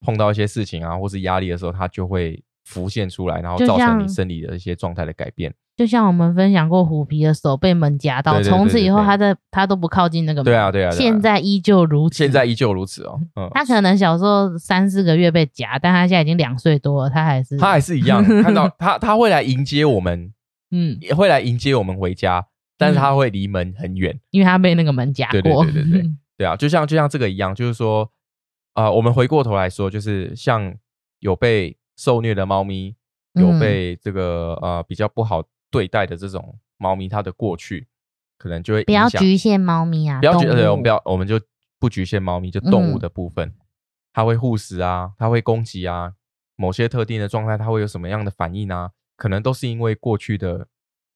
S1: 碰到一些事情啊，或是压力的时候，它就会浮现出来，然后
S2: 就
S1: 造成
S2: 像
S1: 你生理的一些状态的改变。
S2: 就像我们分享过虎皮的手被门夹到，
S1: 对对
S2: 从
S1: 对
S2: 此
S1: 对
S2: 以后
S1: 对
S2: 他在他都不靠近那个门，
S1: 对啊，对啊，对啊
S2: 现在依旧如此。
S1: 现在依旧如此哦，嗯，
S2: 他可能小时候三四个月被夹，但他现在已经两岁多了，他还是
S1: 他还是一
S2: [LAUGHS]
S1: 样，看到他他会来迎接我们，
S2: 嗯，
S1: 也会来迎接我们回家，但是
S2: 嗯
S1: 他会离门很远。
S2: 因为他被那个门夹
S1: 对对
S2: 过，
S1: 对对
S2: [LAUGHS]
S1: 对对啊，就像就像这个一样，就是说，啊，我们回过头来说，就是像有被受虐的猫咪，有
S2: 嗯
S1: 被这个、呃比较不好对待的这种猫咪，它的过去可能就会
S2: 不
S1: 影
S2: 要
S1: 响
S2: 局限猫咪啊，
S1: 不要觉
S2: 动
S1: 得我
S2: 物
S1: 们不要，我们就不局限猫咪，就动物
S2: 嗯
S1: 的部分，它会护食啊，它会攻击啊，某些特定的状态，它会有什么样的反应啊？可能都是因为过去的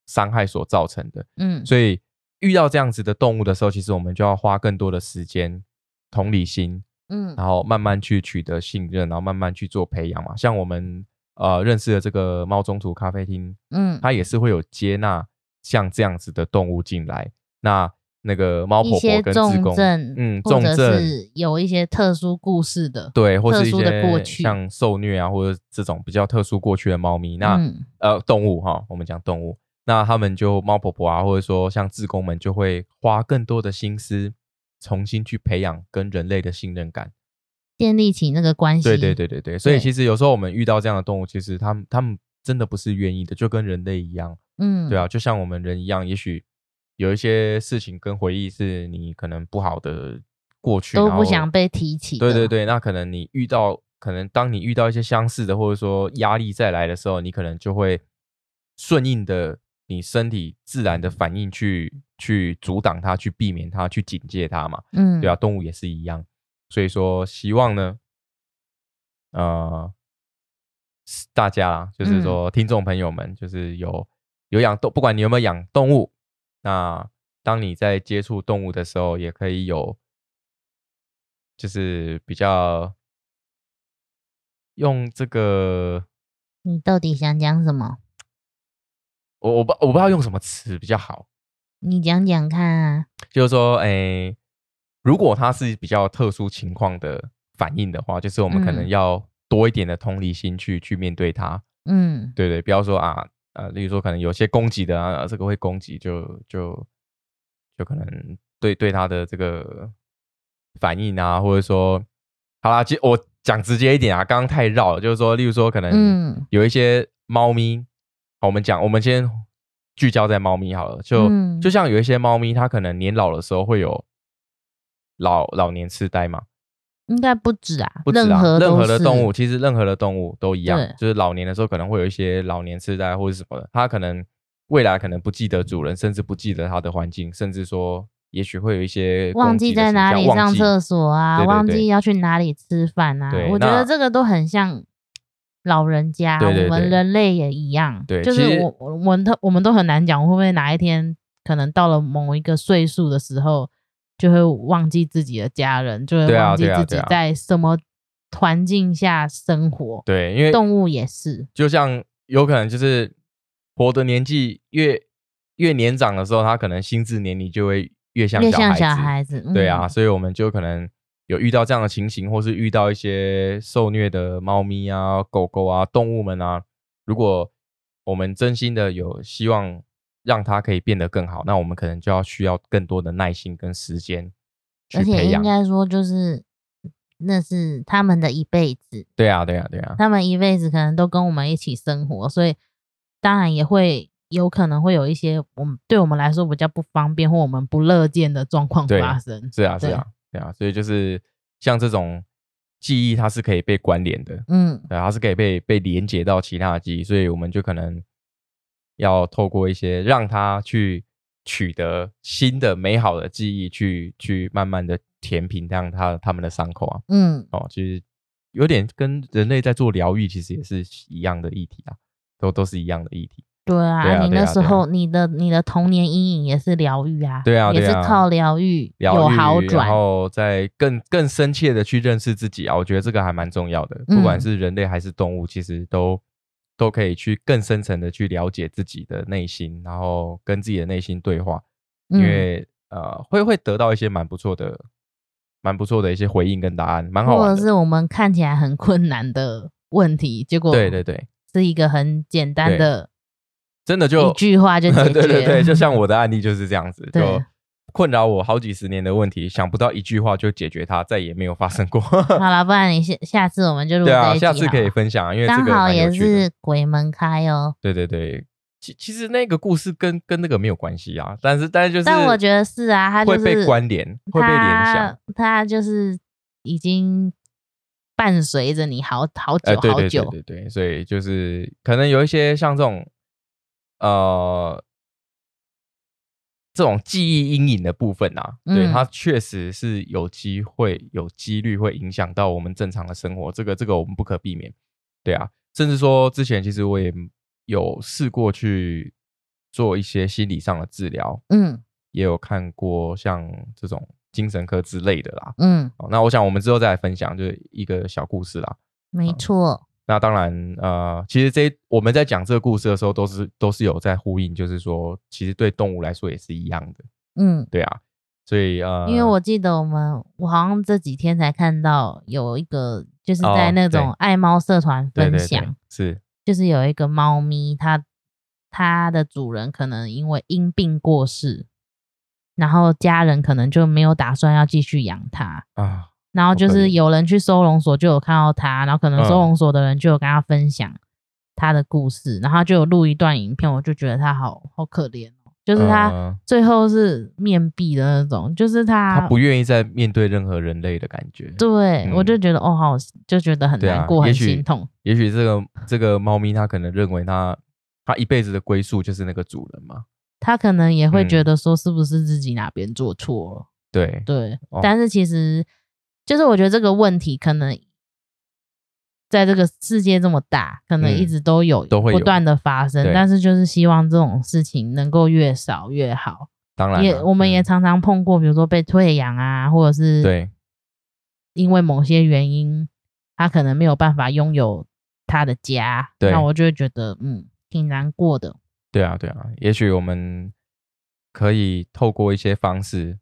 S1: 伤害所造成的。
S2: 嗯
S1: 所以遇到这样子的动物的时候，其实我们就要花更多的时间同理心，
S2: 嗯
S1: 然后慢慢去取得信任，然后慢慢去做培养嘛。像我们呃认识的这个猫中途咖啡厅，
S2: 嗯，
S1: 它也是会有接纳像这样子的动物进来。那那个猫
S2: 一
S1: 婆婆
S2: 些
S1: 跟志
S2: 重
S1: 工，
S2: 症，
S1: 嗯，
S2: 或
S1: 重
S2: 者
S1: 症
S2: 是有一些特殊故事的，
S1: 对，或
S2: 特
S1: 是一
S2: 殊的过
S1: 些
S2: 去
S1: 像受虐啊，或者这种比较特殊过去的猫咪，那、
S2: 嗯
S1: 呃动物哈，我们讲动物，那他们就猫婆婆啊，或者说像志工们，就会花更多的心思，重新去培养跟人类的信任感。
S2: 建立起那个关系，
S1: 对对，对对对，所以
S2: 对
S1: 其实有时候我们遇到这样的动物，其实他们他们真的不是愿意的，就跟人类一样，
S2: 嗯，
S1: 对啊，就像我们人一样，也许有一些事情跟回忆是你可能不好的过去，
S2: 都
S1: 然
S2: 不
S1: 后
S2: 想被提起，
S1: 对对，对，那可能你遇到，可能当你遇到一些相似的，或者说压力再来的时候，你可能就会顺应的你身体自然的反应去去阻挡它，去避免它，去警戒它嘛。
S2: 嗯，
S1: 对啊，，动物也是一样。所以说，希望呢，呃，是大家啦，就是
S2: 嗯
S1: 说听众朋友们，就是有有养动，不管你有没有养动物，那当你在接触动物的时候，也可以有，就是比较用这个，
S2: 你到底想讲什么？
S1: 我我不我不知道用什么词比较好，
S2: 你讲讲看啊，
S1: 就是说，诶、如果它是比较特殊情况的反应的话，就是我们可能
S2: 嗯
S1: 要多一点的同理心去、去面对它，
S2: 嗯
S1: 对对，不要说啊呃，例如说可能有些攻击的啊，这个会攻击，就就就可能对对它的这个反应啊，或者说，好啦，其实我讲直接一点啊，刚刚太绕了，就是说，例如说可能
S2: 嗯
S1: 有一些猫咪，好我们讲，我们先聚焦在猫咪好了，就、
S2: 嗯
S1: 就像有一些猫咪，它可能年老的时候会有老老年痴呆嘛，
S2: 应该不止啊，
S1: 不止啊，任
S2: 何任
S1: 的动物，，其实任何的动物都一样
S2: 对，
S1: 就是老年的时候可能会有一些老年痴呆或者什么的，它可能未来可能不记得主人，甚至不记得它的环境，甚至说也许会有一些
S2: 忘
S1: 攻击
S2: 记
S1: 的
S2: 在
S1: 倾
S2: 哪
S1: 向
S2: 里
S1: 忘
S2: 上
S1: 记
S2: 厕所啊，
S1: 对对
S2: 忘
S1: 对
S2: 记要去哪里吃饭啊
S1: 对，
S2: 我觉得
S1: 那
S2: 这个都很像老人家，
S1: 对对对
S2: 我们人类也一样，
S1: 对
S2: 就
S1: 其
S2: 是
S1: 实
S2: 我我我们都我们都很难讲，会不会哪一天可能到了某一个岁数的时候，就会忘记自己的家人，就会
S1: 对啊
S2: 忘记
S1: 对啊
S2: 自
S1: 对
S2: 己
S1: 啊
S2: 在什么环境下生活，
S1: 对，因为
S2: 动物也是，
S1: 就像有可能就是活的年纪越越年长的时候，他可能心智年龄就会越像
S2: 越
S1: 小
S2: 像
S1: 孩子。
S2: 小孩子，
S1: 对啊，
S2: 嗯，
S1: 所以我们就可能有遇到这样的情形，或是遇到一些受虐的猫咪啊、狗狗啊、动物们啊，如果我们真心的有希望让它可以变得更好，那我们可能就要需要更多的耐心跟时间去
S2: 而且
S1: 培
S2: 应
S1: 养。
S2: 该说就是。那是他们的一辈子，
S1: 对啊，对啊，对啊，
S2: 他们一辈子可能都跟我们一起生活，所以当然也会有可能会有一些我们对我们来说比较不方便或我们不乐见的状况
S1: 对
S2: 发生。
S1: 是啊，是
S2: 对
S1: 啊，对啊，所以就是像这种记忆，它是可以被关联的。
S2: 嗯
S1: 对，啊它是可以被被连接到其他的记忆，所以我们就可能要透过一些让它去取得新的美好的记忆，去去慢慢的填平让它它们的伤口啊。
S2: 嗯，
S1: 哦，其实有点跟人类在做疗愈，其实也是一样的议题啊，都都是一样的议题。
S2: 对啊，
S1: 对啊
S2: 你
S1: 对啊
S2: 那时候、你的你的童年阴影也是疗愈啊，
S1: 对啊
S2: 也
S1: 对
S2: 是
S1: 啊
S2: 靠疗愈有
S1: 疗愈，
S2: 好
S1: 然
S2: 转。
S1: 后再更更深切的去认识自己啊，我觉得这个还蛮重要的。不管
S2: 嗯
S1: 是人类还是动物，其实都都可以去更深层的去了解自己的内心，然后跟自己的内心对话，因
S2: 嗯，
S1: 为呃，会会得到一些蛮不错的、蛮不错的一些回应跟答案，蛮好
S2: 或
S1: 玩
S2: 者
S1: 的。
S2: 是我们看起来很困难的问题，结果
S1: 对对对，
S2: 是一个很简单
S1: 对
S2: 的
S1: 真的就
S2: 一
S1: [LAUGHS]
S2: 句话就解决
S1: 对
S2: 了。
S1: 对对，就像我的案例就是这样子，
S2: 对
S1: 就困扰我好几十年的问题，想不到一句话就解决它，再也没有发生过。
S2: 好了，不然你下下次我们就录
S1: 对
S2: 这
S1: 啊，
S2: 一
S1: 下
S2: 集
S1: 次
S2: 好
S1: 可以
S2: 了
S1: 分享啊，因为这
S2: 刚
S1: 个
S2: 好
S1: 蛮有
S2: 也
S1: 趣的
S2: 是鬼门开哦。
S1: 对对对，其其实那个故事跟跟那个没有关系啊，但是但是就是，
S2: 但我觉得是啊，他就
S1: 会
S2: 是
S1: 被关联，会被联想
S2: 他，他就是已经伴随着你好好久、
S1: 呃，对
S2: 好
S1: 对对
S2: 久。
S1: 对对，所以就是可能有一些像这种呃这种记忆阴影的部分啊，对
S2: 嗯
S1: 它确实是有机会、有几率会影响到我们正常的生活，这个这个我们不可避免，对啊，甚至说之前其实我也有试过去做一些心理上的治疗，
S2: 嗯
S1: 也有看过像这种精神科之类的啦。
S2: 嗯，
S1: 哦，那我想我们之后再来分享，就是一个小故事啦。
S2: 没错，
S1: 那当然，呃，其实这一我们在讲这个故事的时候，都是都是有在呼应，就是说，其实对动物来说也是一样的，
S2: 嗯，
S1: 对啊。所以呃，
S2: 因为我记得我们，我好像这几天才看到有一个，就是在
S1: 哦
S2: 那种爱猫社团
S1: 对对
S2: 分
S1: 对
S2: 享，
S1: 是
S2: 就是有一个猫咪，它它的主人可能因为因病过世，然后家人可能就没有打算要继续养它，
S1: 啊，
S2: 然后就
S1: 好可
S2: 是
S1: 怜
S2: 有人去收容所就有看到它，然后可能收
S1: 嗯
S2: 容所的人就有跟他分享他的故事，然后他就有录一段影片，我就觉得他好好可怜哦，就是他
S1: 呃
S2: 最后是面壁的那种，就是他
S1: 他不愿意再面对任何人类的感觉。
S2: 对、
S1: 嗯
S2: 我就觉得哦好，就觉得很
S1: 对啊
S2: 难过，
S1: 也
S2: 很
S1: 许
S2: 心痛，
S1: 也许这个这个猫咪，它可能认为它它一辈子的归宿就是那个主人嘛。
S2: 他可能也会
S1: 嗯
S2: 觉得说是不是自己哪边做错了。
S1: 对，
S2: 对，
S1: 哦
S2: 但是其实就是我觉得这个问题可能在这个世界这么大，可能
S1: 嗯
S2: 一直都有
S1: 都会有
S2: 不断的发生，
S1: 对
S2: 但是就是希望这种事情能够越少越好。
S1: 当然
S2: 也
S1: 啦
S2: 我们也
S1: 嗯
S2: 常常碰过，比如说被退养啊，或者是
S1: 对
S2: 因为某些原因，他可能没有办法拥有他的家，
S1: 对
S2: 那我就会觉得嗯挺难过的。
S1: 对啊对啊，也许我们可以透过一些方式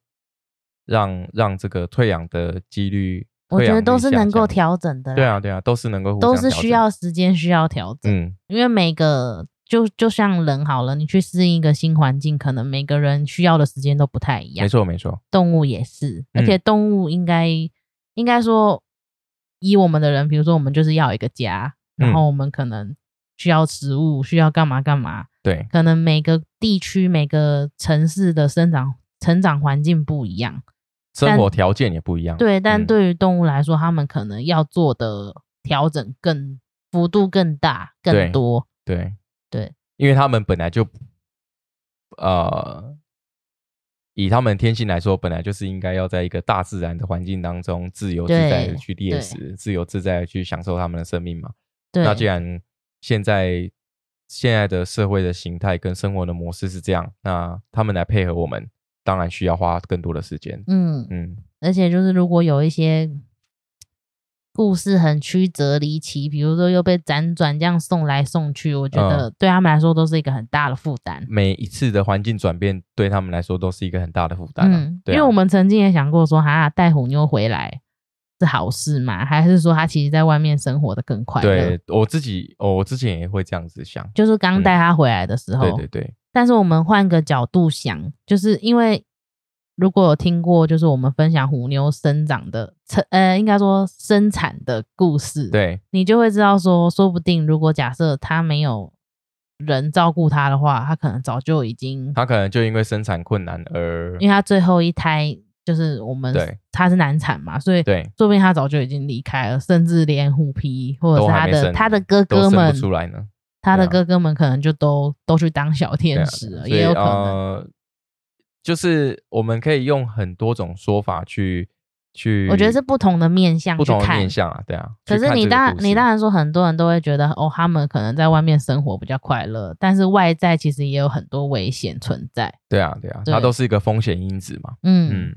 S1: 让让这个退养的几率，
S2: 我觉
S1: 退
S2: 得
S1: 养
S2: 都
S1: 率
S2: 是
S1: 下
S2: 能够
S1: 降。
S2: 调整的啦，
S1: 对啊对啊，都是能够互
S2: 都
S1: 相
S2: 是
S1: 调
S2: 需
S1: 整
S2: 要时间需要调整。
S1: 嗯
S2: 因为每个就就像人好了，你去适应一个新环境，可能每个人需要的时间都不太一样
S1: 没。错没错，
S2: 动物也是，
S1: 嗯
S2: 而且动物应该、应该说，以我们的人，比如说我们就是要有一个家，
S1: 嗯
S2: 然后我们可能需要食物，需要干嘛干嘛。
S1: 对
S2: 可能每个地区、每个城市的生长成长环境不一样，
S1: 生
S2: 但
S1: 活条件也不一样。
S2: 对。但
S1: 嗯
S2: 对于动物来说，它们可能要做的调整更幅度更大、
S1: 对
S2: 更多。
S1: 对
S2: 对，
S1: 因为他们本来就呃，以他们天性来说，本来就是应该要在一个大自然的环境当中自由自在的
S2: 对
S1: 去猎
S2: 对
S1: 食，自由自在的去享受他们的生命嘛。
S2: 对，
S1: 那既然现在现在的社会的形态跟生活的模式是这样，那他们来配合我们，当然需要花更多的时间。
S2: 嗯，
S1: 嗯，
S2: 而且就是如果有一些故事很曲折离奇，比如说又被辗转这样送来送去，我觉
S1: 嗯
S2: 得对他们来说都是一个很大的负担。
S1: 每一次的环境转变对他们来说都是一个很大的负担、啊。
S2: 嗯，因
S1: 对
S2: 为
S1: 啊
S2: 我们曾经也想过说，哈，带虎妞回来是好事嘛？还是说他其实在外面生活的更快乐？
S1: 对我自己，哦，我之前也会这样子想。
S2: 就是刚带他回来的时候，
S1: 对对对，
S2: 但是我们换个角度想，就是因为如果有听过，就是我们分享虎妞生长的成，呃，应该说生产的故事，
S1: 对，
S2: 你就会知道说，说不定如果假设他没有人照顾他的话，他可能早就已经，
S1: 他可能就因为生产困难而
S2: 因为他最后一胎就是我们
S1: 对
S2: 他是难产嘛，所以
S1: 对
S2: 说不定他早就已经离开了，甚至连虎皮或者
S1: 都
S2: 是
S1: 还
S2: 他
S1: 没
S2: 的
S1: 生
S2: 他的哥
S1: 都
S2: 哥
S1: 生
S2: 们
S1: 不，出来呢，
S2: 他的
S1: 对啊
S2: 哥哥们可能就都都去当小
S1: 对
S2: 天
S1: 啊
S2: 使了，
S1: 所以
S2: 也有可能，
S1: 呃，就是我们可以用很多种说法去去，
S2: 我觉得是不同的面向
S1: 不
S2: 去
S1: 同的
S2: 看
S1: 面。向啊，对啊。
S2: 可
S1: 去
S2: 是
S1: 看
S2: 你
S1: 这个
S2: 当然
S1: 故，事
S2: 你当然说很多人都会觉得哦，他们可能在外面生活比较快乐，但是外在其实也有很多危险存在。
S1: 对啊对啊，
S2: 对
S1: 它都是一个风险因子嘛，
S2: 嗯，
S1: 嗯，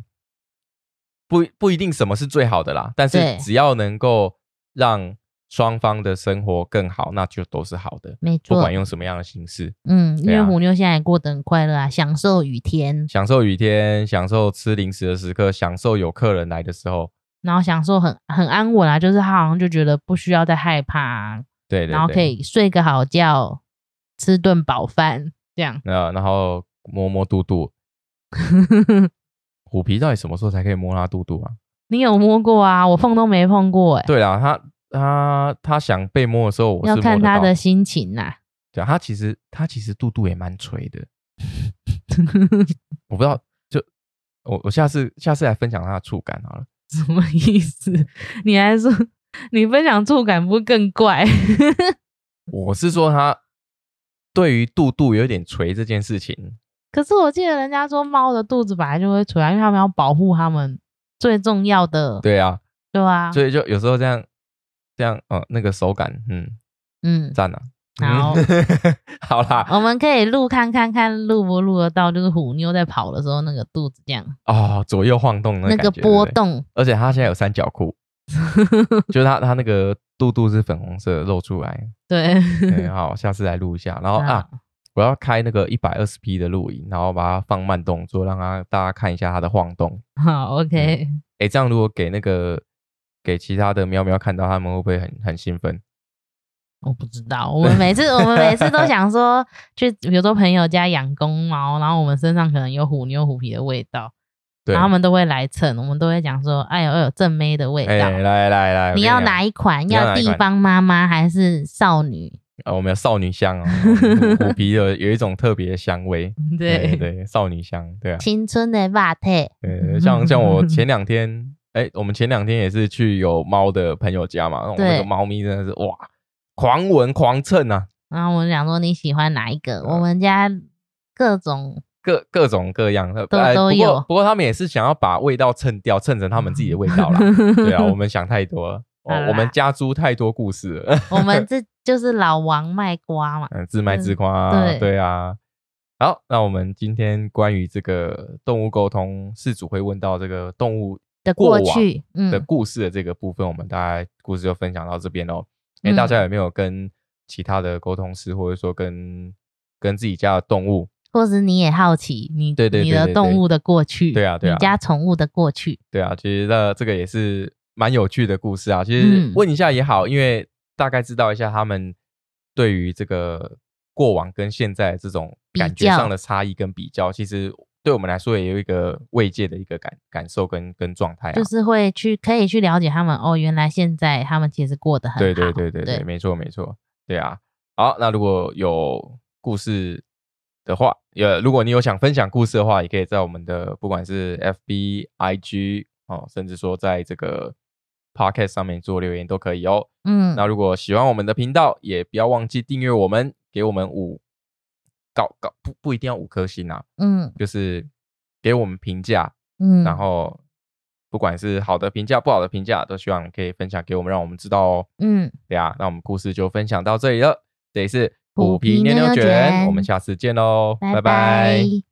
S1: 不不一定什么是最好的啦，但是
S2: 对
S1: 只要能够让双方的生活更好，那就都是好的，
S2: 没
S1: 不
S2: 错
S1: 管。用什么样的形式。
S2: 嗯，因
S1: 对
S2: 为
S1: 啊
S2: 虎妞现在也过得很快乐啊，享受雨天，
S1: 享受雨天，享受吃零食的时刻，享受有客人来的时候，
S2: 然后享受很很安稳啊，就是他好像就觉得不需要再害怕啊、
S1: 对对对，
S2: 然后可以睡个好觉，吃顿饱饭，这样
S1: 那然后摸摸肚肚，虎皮到底什么时候才可以摸它肚肚啊？
S2: 你有摸过啊？我碰都没碰过哎、
S1: 对啦，它它它想被摸的时候，我是
S2: 要
S1: 摸
S2: 看
S1: 得
S2: 他
S1: 到
S2: 的，心情呐、 [LAUGHS]
S1: 对啊，它其实它其实肚肚也蛮垂的，我不知道，就我我下次下次来分享它的触感好了。
S2: 什么意思？你还说你分享触感不是更怪？ [LAUGHS]
S1: 我是说它对于肚肚有点垂这件事情，
S2: 可是我记得人家说猫的肚子本来就会垂啊，因为他们要保护它们最重要的，
S1: 对啊，
S2: 对啊，
S1: 哦所以就有时候这样这样，呃，那个手感，嗯，
S2: 嗯，
S1: 赞啊，
S2: 然后
S1: [LAUGHS] 好啦，
S2: 我们可以录看看看录不录得到，就是虎妞在跑的时候那个肚子这样，
S1: 哦，左右晃动
S2: 那
S1: 那
S2: 个
S1: 感觉
S2: 波，
S1: 对不对
S2: 动，
S1: 而且他现在有三角
S2: [LAUGHS]
S1: 裤，就是他他那个肚肚是粉红色的露出
S2: [LAUGHS]
S1: 来。
S2: 对，
S1: 对好，下次来录一下。
S2: [LAUGHS]
S1: 然后啊，我要开那个一百二十 P 的录影，然后把它放慢动作，让它大家看一下它的晃动。
S2: 好，OK，
S1: 诶，这样如果给那个给其他的喵喵看到，他们会不会很很兴奋？
S2: 我不知道，我们每
S1: [LAUGHS]
S2: 次我们每次都想说去，比如说朋友家养公猫，然后我们身上可能有虎妞虎皮的味道，
S1: 对，
S2: 然后他们都会来蹭，我们都会讲说，哎呦，哎呦，正妹的味
S1: 诶
S2: 道。
S1: 来来来，我
S2: 你
S1: 跟
S2: 要
S1: 讲
S2: 哪一款？
S1: 哎你要哪一
S2: 地
S1: 款
S2: 方妈妈还是少女？
S1: 呃，我们有少女香哦，我们虎皮有有一种特别的香
S2: [LAUGHS]
S1: 味。对对，少女香，对啊，
S2: 青春的袜腿，
S1: 对，
S2: [LAUGHS]
S1: 像像我前两天，哎、我们前两天也是去有猫的朋友家嘛，那我们那个
S2: 对
S1: 猫咪真的是哇，狂闻狂蹭啊，
S2: 然后我们想说你喜欢哪一个？
S1: 嗯
S2: 我们家各种
S1: 各各种各样的，
S2: 都
S1: 哎
S2: 都
S1: 不
S2: 有
S1: 过不过他们也是想要把味道蹭掉，蹭成他们自己的味道啦。
S2: [LAUGHS]
S1: 对啊，我们想太多了，我
S2: 好啦
S1: 我们家猪太多故事了，
S2: 我们
S1: [LAUGHS]
S2: 这就是老王卖瓜嘛。
S1: 嗯，自卖自夸、啊，
S2: 嗯对
S1: 对啊。好，那我们今天关于这个动物沟通，事主会问到这个动物
S2: 的
S1: 过
S2: 过
S1: 往
S2: 去，嗯
S1: 的，故事的这个部分，我们大概故事就分享到这边喽。哎、
S2: 嗯
S1: 大家有没有跟其他的沟通师，或者说跟跟自己家的动物？
S2: 或是你也好奇你
S1: 对对对
S2: 你
S1: 对
S2: 的
S1: 对
S2: 动物的过去，
S1: 对啊对啊
S2: 你家宠物的过去，
S1: 对啊，其实那这个也是蛮有趣的故事啊。其实
S2: 嗯
S1: 问一下也好，因为大概知道一下他们对于这个过往跟现在这种感觉
S2: 比较
S1: 上的差异跟比较，其实对我们来说也有一个慰藉的一个感感受跟跟状态啊。
S2: 就是会去可以去了解他们哦，原来现在他们其实过得很好，
S1: 对对对对对，
S2: 对，
S1: 没错没错，对啊。好，那如果有故事的话，呃，如果你有想分享故事的话，也可以在我们的不管是 FB、IG 哦，甚至说在这个 Podcast 上面做留言都可以哦。
S2: 嗯
S1: 那，如果喜欢我们的频道，也不要忘记订阅我们，给我们五搞搞不不一定要五颗星啊，
S2: 嗯
S1: 就是给我们评价，
S2: 嗯，
S1: 然后不管是好的评价、不好的评价，都希望可以分享给我们，让我们知道哦。
S2: 嗯，
S1: 对啊，那我们故事就分享到这里了。这里是
S2: 虎皮妞妞
S1: 卷，
S2: 卷
S1: 我们下次见喽，拜
S2: 拜
S1: 拜